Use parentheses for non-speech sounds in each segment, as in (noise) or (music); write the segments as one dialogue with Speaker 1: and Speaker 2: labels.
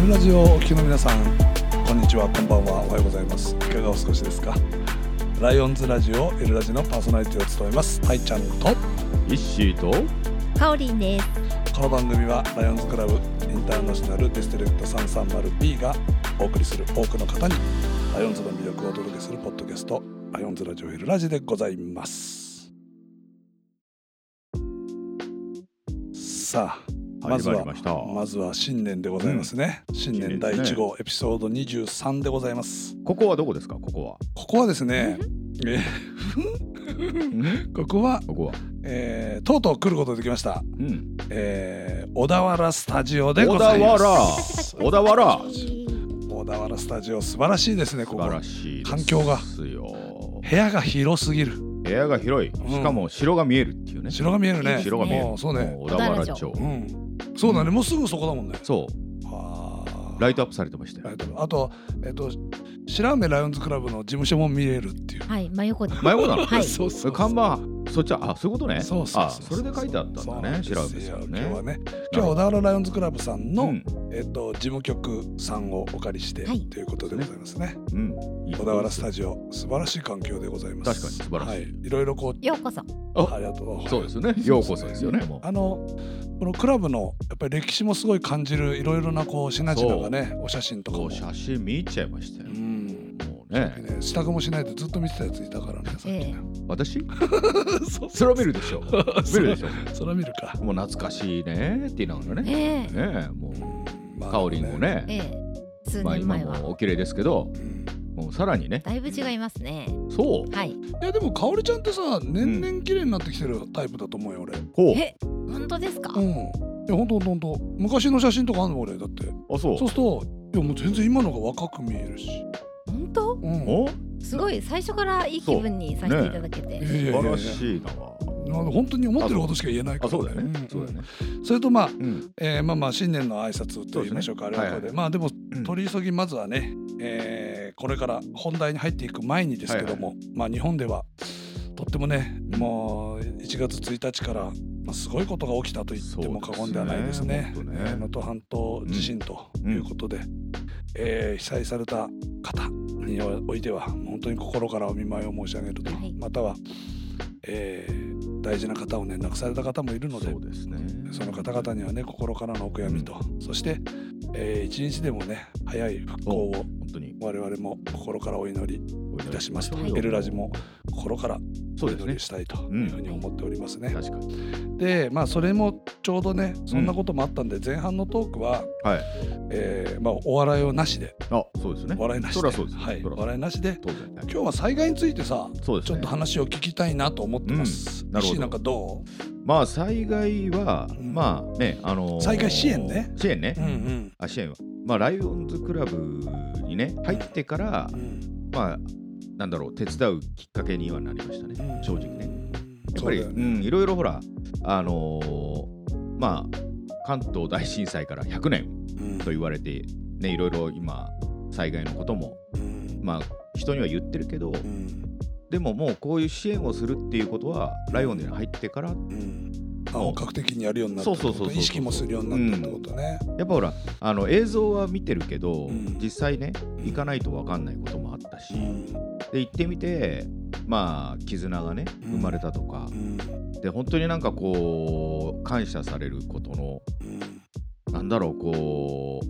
Speaker 1: ルラジオをお聞きの皆さんこんにちはこんばんはおはようございますいかがお過ごしですかライオンズラジオエルラジのパーソナリティを務めますたいちゃんと
Speaker 2: イッシーと
Speaker 3: かおりんです。
Speaker 1: この番組はライオンズクラブインターナショナルディストリクト 330B がお送りする多くの方にライオンズの魅力をお届けするポッドキャストライオンズラジオエルラジでございますさあまずは
Speaker 2: 始まりました。
Speaker 1: まずは新年でございますね、新年第1号、エピソード23でございます
Speaker 2: ここはどこですか？ここは。
Speaker 1: ここはですねえーここは、
Speaker 2: ここは。
Speaker 1: えーとうとう来ることができました、
Speaker 2: うん。
Speaker 1: えー小田原スタジオでございます
Speaker 2: 小田原
Speaker 1: 小田原スタジオ素晴らしいですねこ
Speaker 2: 素
Speaker 1: こ
Speaker 2: 晴
Speaker 1: 部
Speaker 2: らしいです。
Speaker 1: 環境が
Speaker 2: よ。
Speaker 1: 屋が広すぎる
Speaker 2: 部屋が広い。しかも城が見えるっていうね。
Speaker 1: 城が見えるね
Speaker 2: 城が見え
Speaker 1: もう
Speaker 2: る。
Speaker 1: そうね
Speaker 2: もう小田原町
Speaker 1: う。んそうだね、もうすぐそこだもんね
Speaker 2: そう。
Speaker 1: あー
Speaker 2: ライトアップされてましたよ。
Speaker 1: あとえっ、と白梅ライオンズクラブの事務所も見えるっていう
Speaker 3: はい、真横で。
Speaker 2: 真横なの。
Speaker 3: はい。
Speaker 1: そうそうそう
Speaker 2: 看板そっちはあそういうことね。
Speaker 1: そうそう
Speaker 2: あ
Speaker 1: う
Speaker 2: それで書いてあったんだ
Speaker 1: そ
Speaker 2: ね。
Speaker 1: う
Speaker 2: 白
Speaker 1: な
Speaker 2: 梅
Speaker 1: んです
Speaker 2: さ
Speaker 1: よ
Speaker 2: ん
Speaker 1: 今日は
Speaker 2: ね。
Speaker 1: ね今日は小田原ライオンズクラブさんの、
Speaker 2: うん
Speaker 1: えっと事務局さんをお借りして、
Speaker 3: はい
Speaker 1: ということでございますね
Speaker 2: うん。いい
Speaker 1: 小田原スタジオ素晴らしい環境でございます
Speaker 2: 確かに素晴らしい
Speaker 1: はい、いろいろこう
Speaker 3: よ
Speaker 2: (laughs)
Speaker 3: うこそ。
Speaker 2: あ
Speaker 1: ありがとう
Speaker 2: そうですよね。ようこそですよね。もう
Speaker 1: あのこのクラブのやっぱり歴史もすごい感じるいろいろなこうシナジーがねお写真とか
Speaker 2: こ
Speaker 1: も
Speaker 2: う写真見入っちゃいました
Speaker 1: う
Speaker 2: よ。
Speaker 1: ん
Speaker 2: もうね。
Speaker 1: ね支度もしないでずっと見てたやついたからねさっきね、
Speaker 2: 私
Speaker 1: そう
Speaker 2: (laughs) それを見るでしょ。見るでしょ。
Speaker 1: それは見るか、
Speaker 2: もう懐かしいねって言いながらね。
Speaker 3: ええ
Speaker 2: ねえ、もう、
Speaker 1: まあ
Speaker 2: かおりんも、
Speaker 3: え
Speaker 2: ね、
Speaker 3: え数
Speaker 2: まあ
Speaker 3: 年
Speaker 2: 今
Speaker 3: 前は。
Speaker 2: もお綺麗ですけど、
Speaker 1: うん
Speaker 2: もうさらにね、
Speaker 3: だいぶ違いますね。
Speaker 2: そう、
Speaker 3: はい。
Speaker 1: いやでもかおりちゃんってさ年々綺麗になってきてるタイプだと思うよ俺
Speaker 2: こ
Speaker 3: え、本当ですか
Speaker 1: う。んいやほんとほんとほんと昔の写真とかあんの俺だって
Speaker 2: う、あ、そう
Speaker 1: そうするといやもう全然今の方が若く見えるし
Speaker 3: 本当。
Speaker 1: うん
Speaker 2: お
Speaker 3: すごい、最初からいい気分にさせていただけて。
Speaker 1: いやいや
Speaker 2: 素
Speaker 1: いや
Speaker 2: 晴らしいな。
Speaker 1: なんか本当に思ってることしか言えないから
Speaker 2: あ、そうだよね
Speaker 1: ん。
Speaker 2: そうだよね。
Speaker 1: それとまあ、
Speaker 2: うん。
Speaker 1: えーまあまあ新年の挨拶と言いましょうか
Speaker 2: そう
Speaker 1: あれ
Speaker 2: で
Speaker 1: はこれで、
Speaker 2: すねはいはい
Speaker 1: まあでも
Speaker 2: うん
Speaker 1: 取り急ぎまずはね、えーこれから本題に入っていく前にですけども、まあ日本ではとってもねもう1月1日からまあすごいことが起きたと言っても過言ではないですね
Speaker 2: そうですね
Speaker 1: えー能登半島地震ということで、えー被災された方においては本当に心からお見舞いを申し上げると、
Speaker 3: はい
Speaker 1: または、えー大事な方をね亡くされた方もいるので
Speaker 2: そうですね。
Speaker 1: その方々にはね心からのお悔やみと、そして、えー一日でもね早い復興を
Speaker 2: 本当に
Speaker 1: 我々も心からお祈り
Speaker 2: お祈り
Speaker 1: いたします
Speaker 2: ょうよ
Speaker 1: エルラジも心から
Speaker 2: そ
Speaker 1: お
Speaker 2: うです
Speaker 1: 祈
Speaker 2: ね
Speaker 1: り。したいというふうに思っておりますね。
Speaker 2: 確かに。
Speaker 1: でまあそれもちょうどねそんなこともあったんで、前半のトークは、
Speaker 2: はい。
Speaker 1: えーまあ、お笑いをなしで
Speaker 2: あ、そうですね。
Speaker 1: 笑いなしで
Speaker 2: そりゃそうです。
Speaker 1: はい、
Speaker 2: そりゃ
Speaker 1: お笑いなしで
Speaker 2: 当然。はい
Speaker 1: 今日は災害についてさ
Speaker 2: そうで
Speaker 1: ち
Speaker 2: す
Speaker 1: ょ
Speaker 2: ね
Speaker 1: っと。話を聞きたいなと思ってます。
Speaker 2: んなるほど
Speaker 1: 石井なんかど
Speaker 2: まあ災害は、
Speaker 1: うん
Speaker 2: まあね、あのー
Speaker 1: 災害支援ね
Speaker 2: 支援ね。
Speaker 1: う、うん
Speaker 2: あ支援は、まあ、ライオンズクラブにね入ってから、
Speaker 1: うんうん、
Speaker 2: まあなんだろう手伝うきっかけにはなりましたね、
Speaker 1: うん
Speaker 2: 正直ね。。やっ
Speaker 1: そ
Speaker 2: ぱ
Speaker 1: うだ
Speaker 2: り
Speaker 1: よ
Speaker 2: う、
Speaker 1: ね
Speaker 2: ん、いろいろほらあのーまあ関東大震災から100年
Speaker 1: うん
Speaker 2: と言われてねいろいろ今災害のことも
Speaker 1: うん
Speaker 2: まあ人には言ってるけど
Speaker 1: うん
Speaker 2: でももうこういう支援をするっていうことはライオンズに入ってから
Speaker 1: うんあ本格的にやるようになったって
Speaker 2: そう
Speaker 1: こ
Speaker 2: そうそ
Speaker 1: と
Speaker 2: うそう
Speaker 1: 意識もするようになったってことね。
Speaker 2: やっぱほらあの映像は見てるけど、
Speaker 1: うん
Speaker 2: 実際ね行かないと分かんないこともあったし。で行ってみてまあ絆がね
Speaker 1: うん
Speaker 2: 生まれたとか
Speaker 1: う、ん
Speaker 2: で本当になんかこう感謝されることの
Speaker 1: うん
Speaker 2: なんだろうこ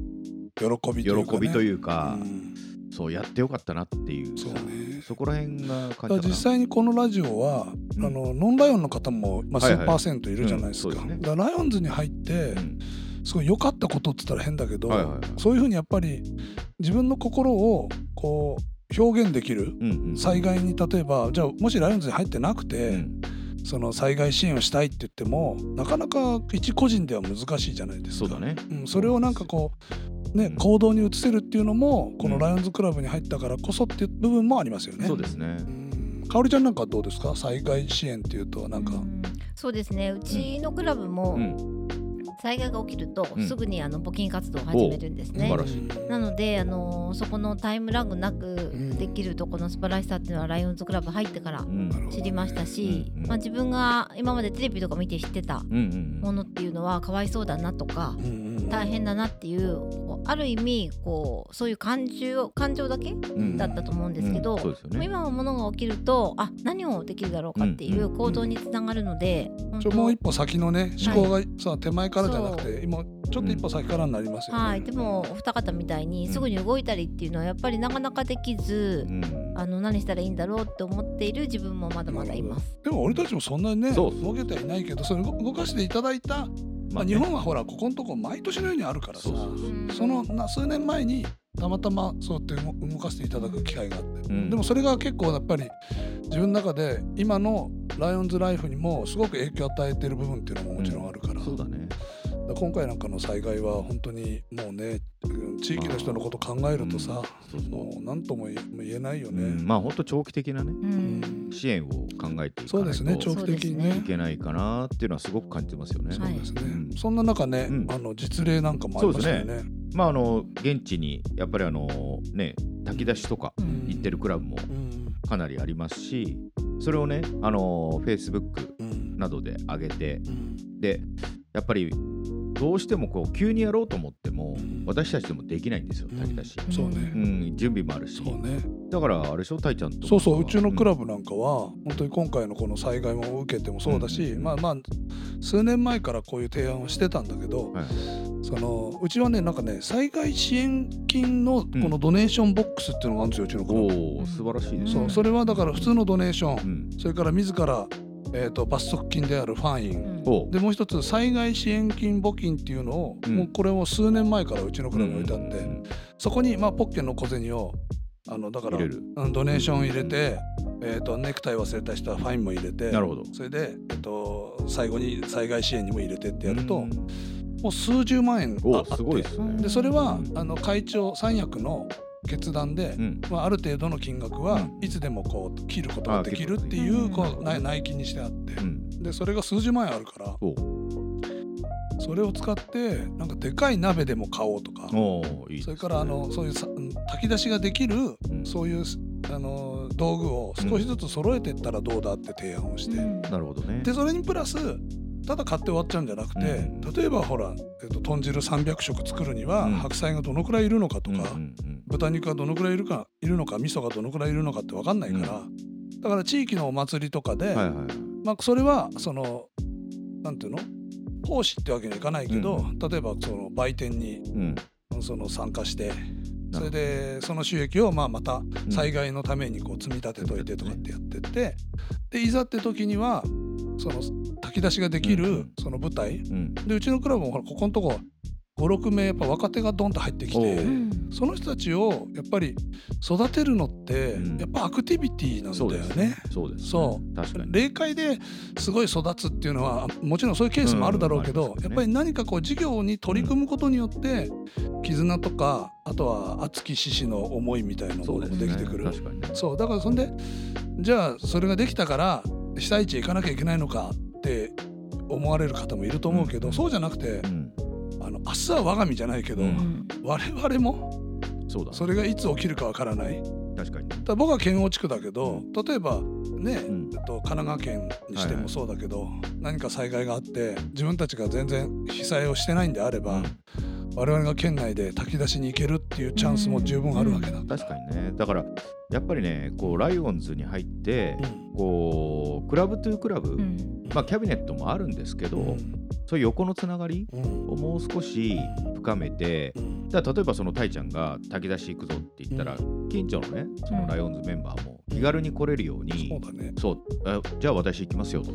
Speaker 1: 喜び
Speaker 2: う
Speaker 1: というか、ね、
Speaker 2: 喜びと
Speaker 1: う
Speaker 2: いうか
Speaker 1: ん
Speaker 2: そうやってよかったなっていうさ
Speaker 1: そうね
Speaker 2: そこら辺が
Speaker 1: だか
Speaker 2: 感じ
Speaker 1: ら
Speaker 2: たか
Speaker 1: 実
Speaker 2: な
Speaker 1: 際にこのラジオは、
Speaker 2: うん
Speaker 1: あのノンライオンの方も、まあ、
Speaker 2: はい
Speaker 1: 数
Speaker 2: はい
Speaker 1: パーセントいるじゃないですか。
Speaker 2: うんそうですね
Speaker 1: だからライオンズに入って
Speaker 2: うん
Speaker 1: すごい良かったことって言ったら変だけど、
Speaker 2: はいはいはい
Speaker 1: そういうふうにやっぱり自分の心をこう表現できる
Speaker 2: うんうん
Speaker 1: 災害に例えばじゃあもしライオンズに入ってなくて、
Speaker 2: うん
Speaker 1: その災害支援をしたいって言ってもなかなか一個人では難しいじゃないですか。
Speaker 2: そうだね
Speaker 1: うん、それをなんかこう、ね
Speaker 2: うん
Speaker 1: 行動に移せるっていうのもこのライオンズクラブに入ったからこそっていう部分もありますよね。
Speaker 2: そうですね
Speaker 1: うんかおりちゃんなんかどうですか災害支援っていうとなんか
Speaker 3: う、んそうですね。うちのクラブも
Speaker 2: うん
Speaker 3: 災害が起きると、
Speaker 2: うん
Speaker 3: すぐにあの募金活動を始めるんですね
Speaker 2: 素晴。らしい
Speaker 3: なので、あのーそこのタイムラグなく
Speaker 1: ん
Speaker 3: できるとこの素晴らしさっていうのはライオンズクラブ入ってから
Speaker 2: うん
Speaker 1: なるほど
Speaker 3: 知りましたし、
Speaker 2: うんうん
Speaker 3: まあ、自分が今までテレビとか見て知ってた
Speaker 2: うんうん
Speaker 3: ものっていうのはかわいそうだなとか
Speaker 1: うんうん
Speaker 3: 大変だなっていうこうある意味こうそういう感情感情だけ
Speaker 2: うん
Speaker 3: だったと思うんですけど、
Speaker 2: うんそうですよ
Speaker 3: もう
Speaker 2: ね
Speaker 3: 今はものが起きるとあ何をできるだろうかってい
Speaker 2: んう
Speaker 3: うん
Speaker 2: う
Speaker 3: うん行動につながるので、本
Speaker 1: ちょ
Speaker 3: 当
Speaker 1: もう一歩先のね思考がさ手前からじゃなくて今ちょっと一歩先からになりますよね。
Speaker 3: はい、でもお二方みたいにすぐに動いたりっていうのはやっぱりなかなかできず、
Speaker 2: うん
Speaker 3: あの何したらいいんだろうって思っている自分もまだまだいます。
Speaker 1: でも俺たちもそんなにね
Speaker 2: そう
Speaker 1: 動けてはいないけどそれ動動かしていただいた、ま
Speaker 2: ま
Speaker 1: あ、
Speaker 2: あ
Speaker 1: 日
Speaker 2: ね
Speaker 1: 本はほらここのとこ毎年のようにあるからさ
Speaker 2: そうそう
Speaker 1: そのな数年前にたまたまそうやって動動かせていただく機会があって、
Speaker 2: うん
Speaker 1: でもそれが結構やっぱり自分の中で今のライオンズライフにもすごく影響を与えてる部分っていうのももちろんあるから,、
Speaker 2: そうだね
Speaker 1: 今回なんかの災害は本当にもうねうん地域の人のこと考えるとさ、
Speaker 2: そうそう
Speaker 1: もう何とも言え言えないよ
Speaker 2: う
Speaker 1: ね。
Speaker 2: んまあ本当長期的なね
Speaker 3: うん
Speaker 2: 支援を考えていか
Speaker 1: そう
Speaker 2: な
Speaker 1: で
Speaker 2: い
Speaker 1: すね
Speaker 2: と
Speaker 1: 長期的に
Speaker 3: そうです
Speaker 1: ね
Speaker 2: いけないかなっていうのはすごく感じてますよね。
Speaker 1: そうですね、
Speaker 2: うん
Speaker 1: そんな中ね、
Speaker 2: うん
Speaker 1: あの実例なんかもありましたよね。
Speaker 2: まああの現地にやっぱりあのね炊き出しとか
Speaker 3: うん
Speaker 2: 行ってるクラブも
Speaker 1: うん
Speaker 2: かなりありますしそれをねあの Facebook
Speaker 1: うん
Speaker 2: などで上げて
Speaker 1: うん
Speaker 2: でやっぱりどうしてもこう急にやろうと思っても
Speaker 1: うん
Speaker 2: 私たちでもできないんですよ
Speaker 1: うん
Speaker 2: 炊き出し。
Speaker 1: そう
Speaker 2: う
Speaker 1: ね、
Speaker 2: ん、準備もあるし
Speaker 1: そうね
Speaker 2: だからあれでしょたいちゃんと
Speaker 1: そうそううちのクラ
Speaker 2: ブ
Speaker 1: ブなんかは、本当に今回のこの災害も受けてもそうだし、
Speaker 2: うん
Speaker 1: まあまあ数年前からこういう提案をしてたんだけど、
Speaker 2: はい
Speaker 1: そのうちはねなんかね災害支援金のこのドネーションボックスっていうのがあるんですようちのクラブ、
Speaker 2: おお素晴らしいです
Speaker 1: そ
Speaker 2: ね
Speaker 1: うそれはだから普通のドネーション、
Speaker 2: うん
Speaker 1: それから自ら、えー、と罰則金であるファイン、
Speaker 3: うん
Speaker 2: おう
Speaker 1: でもう一つ災害支援金募金っていうのを、
Speaker 2: うん
Speaker 1: もうこれも数年前からうちのクラブに置いてあって、
Speaker 2: うんうん
Speaker 1: そこにまあポッケの小銭をあのだから
Speaker 2: 入れる
Speaker 1: うんドネーション入れて、えー、とネクタイ忘れた人はファインも入れて
Speaker 2: なるほど
Speaker 1: それで、えー、と最後に災害支援にも入れてってやると、
Speaker 2: うん
Speaker 1: もう数十万円ああ
Speaker 2: お
Speaker 1: って
Speaker 2: すごいですね
Speaker 1: でそれは、
Speaker 2: うん
Speaker 1: あの会長三役の決断で、
Speaker 2: うん
Speaker 1: まあ、ある程度の金額は
Speaker 2: う
Speaker 1: いつでもこう切ることができるってい
Speaker 3: あ
Speaker 1: う
Speaker 3: 切る
Speaker 1: こ
Speaker 3: ことができる
Speaker 1: う内内気にしてあって
Speaker 2: うん
Speaker 1: でそれが数十万円あるから
Speaker 2: おう
Speaker 1: それを使ってなんかでかい鍋でも買おうとか
Speaker 2: おーいいですね
Speaker 1: それからあのそういうさうん炊き出しができる
Speaker 2: うん
Speaker 1: そういうあの道具を少しずつ揃えていったらどうだって提案をして、
Speaker 3: うん
Speaker 2: なるほどね
Speaker 1: でそれにプラスただ買って終わっちゃうんじゃなくて、
Speaker 2: うん
Speaker 1: 例えばほら、えっと、豚汁300食作るには
Speaker 2: うん
Speaker 1: 白菜がどのくらいいるのかと
Speaker 2: うん
Speaker 1: か、
Speaker 2: うんうん
Speaker 1: 豚肉がどのくらいいるかいるのか味噌がどのくらいいるのかって分かんないから、だから地域のお祭りとかで、
Speaker 2: はいはいはい
Speaker 1: まあ、それはそのなんていうの奉仕ってわけにはいかないけど、
Speaker 2: うん
Speaker 1: 例えばその売店に
Speaker 2: うん
Speaker 1: その参加して
Speaker 2: な
Speaker 1: それ
Speaker 2: るほど
Speaker 1: でその収益をまあまた
Speaker 2: うん
Speaker 1: 災害のためにこう積み立てといてとかってやってってでいざって時にはその炊き出しができ
Speaker 2: うんう
Speaker 1: る
Speaker 2: ん
Speaker 1: その舞台
Speaker 2: うん
Speaker 1: でうちのクラブもほらここのとこ56名やっぱ若手がドンと入ってき
Speaker 2: お
Speaker 1: て
Speaker 2: う
Speaker 1: その人たちをやっぱり育てるのって
Speaker 2: うん
Speaker 1: やっぱアクティビティなん
Speaker 2: そう
Speaker 1: だ
Speaker 2: で
Speaker 1: よ
Speaker 2: す
Speaker 1: ね。
Speaker 2: そうです
Speaker 1: そ
Speaker 2: 確かに
Speaker 1: 霊界ですごい育つっていうのはもちろんそういうケースもあるだろうけど、
Speaker 2: うんありま
Speaker 1: や
Speaker 2: すよ
Speaker 1: っ
Speaker 2: ね
Speaker 1: ぱり何かこう事業に取り組むことによって、絆とかあとは熱き獅子の思いみたいなものもできてくるそう,、
Speaker 2: 確かにね
Speaker 1: だからそんでじゃあそれができたから被災地へ行かなきゃいけないのかって思われる方もいると思うけど、
Speaker 2: うん
Speaker 1: そうじゃなくて
Speaker 2: うん
Speaker 1: あの明日は我が身じゃないけど、
Speaker 2: う
Speaker 3: うんん
Speaker 1: 我々も
Speaker 2: そうだね
Speaker 1: それがいつ起きるかわからない
Speaker 2: 確かに
Speaker 1: だ
Speaker 2: ね
Speaker 1: から僕は県央地区だけど例えばね、
Speaker 2: ん
Speaker 1: えっと、神奈川県にしてもそうだけど、何か災害があって自分たちが全然被災をしてないんであれば、我々が県内で炊き出しに行けるっていうチャンスも十分あるわけだ、
Speaker 2: 確かにねだからやっぱりねこうライオンズに入ってこうクラブトゥークラブ
Speaker 3: うん
Speaker 2: まあキャビネットもあるんですけ
Speaker 1: うん
Speaker 2: どそういう横のつながり
Speaker 1: うんうん
Speaker 2: をもう少し深めて
Speaker 1: うん
Speaker 2: だから例えばそのたいちゃんが炊き出し行くぞって言ったら、
Speaker 1: う
Speaker 2: 近所のねそのライオンズメンバーも気軽に来れるように、
Speaker 1: そうだね
Speaker 2: そうあじゃあ私行きますよと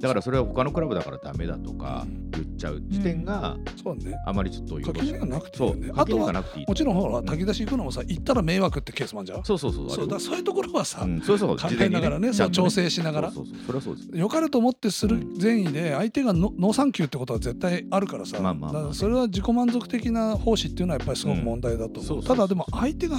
Speaker 2: だからそれは他のクラブだからダメだとか
Speaker 1: うん
Speaker 2: 言っちゃう時点が
Speaker 1: そうだね
Speaker 2: あまりちょっと許
Speaker 1: 垣根がなくていいよ
Speaker 2: そう
Speaker 1: ね
Speaker 2: 垣根がなくていい
Speaker 1: もちろんほら
Speaker 2: ん
Speaker 1: 炊き出し行くのもさ行ったら迷惑ってケースもあるじゃん
Speaker 2: そうそうそう
Speaker 1: そうだからそういうところはさ、
Speaker 2: うん、そうそう
Speaker 1: 考えながらね
Speaker 2: ちゃんと
Speaker 1: そう調整しながら
Speaker 2: そうそうそうそれはそうです
Speaker 1: 良かれと思ってする善意で相手がのノーサンキューってことは絶対あるからさ、
Speaker 2: まあまあまあ
Speaker 1: だからそれは自己満足的な奉仕っていうのはやっぱりすごく問題だと思う、
Speaker 2: うんそうそうそう
Speaker 1: ただでも相手が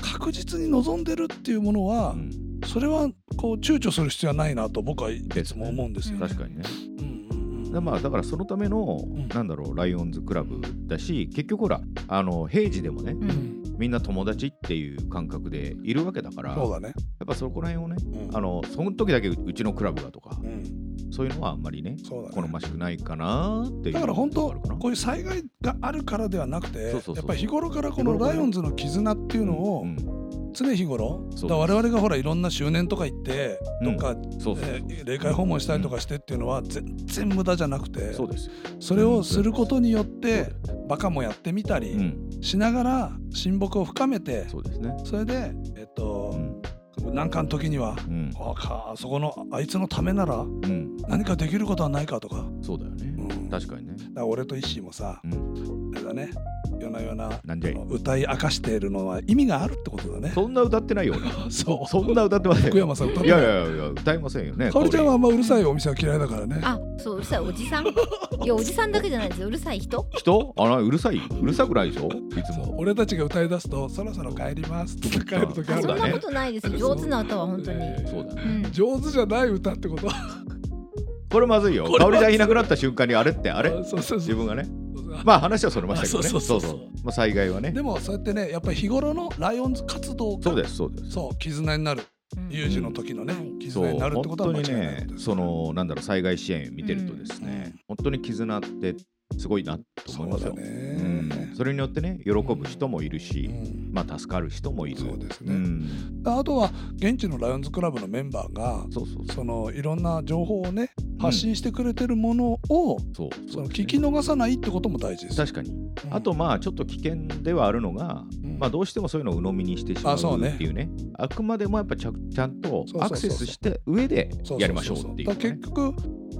Speaker 1: 確実に望んでるっていうものは、
Speaker 2: うん
Speaker 1: それはこう躊躇する必要はないなと僕はいつも思うんですよ、
Speaker 3: うん
Speaker 2: 確かにね
Speaker 1: うんうんうん
Speaker 2: だまあ、だからそのための、
Speaker 1: ん
Speaker 2: なんだろうライオンズクラブだし結局ほらあの平時でもね
Speaker 3: う
Speaker 1: うんん
Speaker 2: みんな友達っていう感覚でいるわけだから
Speaker 1: そう
Speaker 2: やっ
Speaker 1: だね。
Speaker 2: ぱそこら辺をね
Speaker 1: うん
Speaker 2: あのその時だけううちのクラブがとか
Speaker 1: うん
Speaker 2: そういうのはあんまりね
Speaker 1: そうだね
Speaker 2: 好ましくないかなっていう
Speaker 1: だから本当
Speaker 2: ところかな
Speaker 1: こういう災害があるからではなくて
Speaker 2: そうそうそう
Speaker 1: やっぱり日頃からこ
Speaker 2: 日
Speaker 1: の
Speaker 2: 頃から
Speaker 1: ライオンズの絆っていうのを
Speaker 2: うんうん
Speaker 1: 常日頃
Speaker 2: そう
Speaker 1: だから我々がほらいろんな周年とか行って
Speaker 2: うん
Speaker 1: どっか
Speaker 2: そうそうそう
Speaker 1: えー霊界訪問したりとかしてっていうのは全然無駄じゃなくて
Speaker 2: そうですよ
Speaker 1: それをすることによっ
Speaker 2: そ
Speaker 1: て
Speaker 2: う
Speaker 1: バカもやってみた
Speaker 2: う
Speaker 1: り
Speaker 2: ん
Speaker 1: しながら親睦を深めて
Speaker 2: そうですね
Speaker 1: それでえっ
Speaker 2: う
Speaker 1: と
Speaker 2: ん
Speaker 1: 何かの時には
Speaker 2: うん
Speaker 1: あかあそこのあいつのためなら
Speaker 2: うん
Speaker 1: 何かできることはないかとか
Speaker 2: そうだよ
Speaker 1: うん
Speaker 2: ね確かにね
Speaker 1: だから俺と石井もさ、
Speaker 2: うん
Speaker 1: あれだね夜な夜な
Speaker 2: なんじゃい
Speaker 1: 歌い明かしているのは意味があるってことだね
Speaker 2: そんな歌ってないよ俺
Speaker 1: そう
Speaker 2: そんな歌ってません
Speaker 1: 福
Speaker 2: よ
Speaker 1: 山さん歌っ
Speaker 2: い
Speaker 1: て
Speaker 2: やい
Speaker 1: ない
Speaker 2: やいや歌いませんよね
Speaker 1: かおりちゃんはあんまうるさいお店は嫌いだからね
Speaker 3: あそううるさいお
Speaker 2: (laughs)
Speaker 3: じさんいやおじさんだけじゃないですようるさい人
Speaker 2: 人あらうるさいうるさくないでしょいつも
Speaker 1: 俺たちが歌い出すとそろそろ帰りますって帰る時あ
Speaker 3: あ
Speaker 1: る
Speaker 2: そ
Speaker 3: そん
Speaker 2: う
Speaker 1: か
Speaker 2: だ
Speaker 3: な
Speaker 1: ら
Speaker 2: ね
Speaker 3: ことないですよ上手な歌は本当に、
Speaker 1: えー
Speaker 2: そうだね
Speaker 3: うん、
Speaker 1: 上手じゃない歌ってこと
Speaker 2: これまずいよ
Speaker 1: これま
Speaker 2: 香
Speaker 1: ずい
Speaker 2: 織ちゃんいなくなった瞬間にあれってあれ
Speaker 1: (laughs) そうそうそ
Speaker 2: 自
Speaker 1: う
Speaker 2: 分がね
Speaker 1: そう
Speaker 2: まあ話はそれましたけどね
Speaker 1: あそうそうそうそう
Speaker 2: まあ災害はね
Speaker 1: でもそうやってねやっぱり日頃のライオンズ活動が
Speaker 2: そうですそうです
Speaker 1: そう絆になる
Speaker 3: うん
Speaker 1: 有事の時のね
Speaker 3: うん
Speaker 1: 絆になるってことは間違いない
Speaker 2: 本
Speaker 1: こ
Speaker 2: 当
Speaker 1: と
Speaker 2: にね
Speaker 1: です
Speaker 2: そのなんだろう災害支援見てるとですね、本当に絆ってすごいなと思
Speaker 1: そ
Speaker 2: いま
Speaker 1: う
Speaker 2: す
Speaker 1: だ
Speaker 2: よ
Speaker 1: ね、
Speaker 2: うんそれによってね喜ぶ人もいるし、
Speaker 1: うん
Speaker 2: まあ助かる人もいる
Speaker 1: そうですね
Speaker 2: ん、
Speaker 1: あとは現地のライオンズクラブのメンバーが
Speaker 2: そうそうそう
Speaker 1: そのいろんな情報をね発信してくれてるものを、
Speaker 2: そう
Speaker 1: そ
Speaker 2: そう
Speaker 1: の
Speaker 2: で
Speaker 1: 聞
Speaker 2: すね
Speaker 1: き逃さないってことも大事です。
Speaker 2: 確かに、
Speaker 1: うん
Speaker 2: あとまあちょっと危険ではあるのが、
Speaker 1: うん
Speaker 2: まあ、どうしてもそういうのを鵜呑みにしてしまう
Speaker 1: あそうね
Speaker 2: っていうねあくまでもやっぱちゃちゃんと
Speaker 1: そうそうそうそう
Speaker 2: アクセスして上で
Speaker 1: そそそ
Speaker 2: やりましょうっていう,、
Speaker 1: だから結局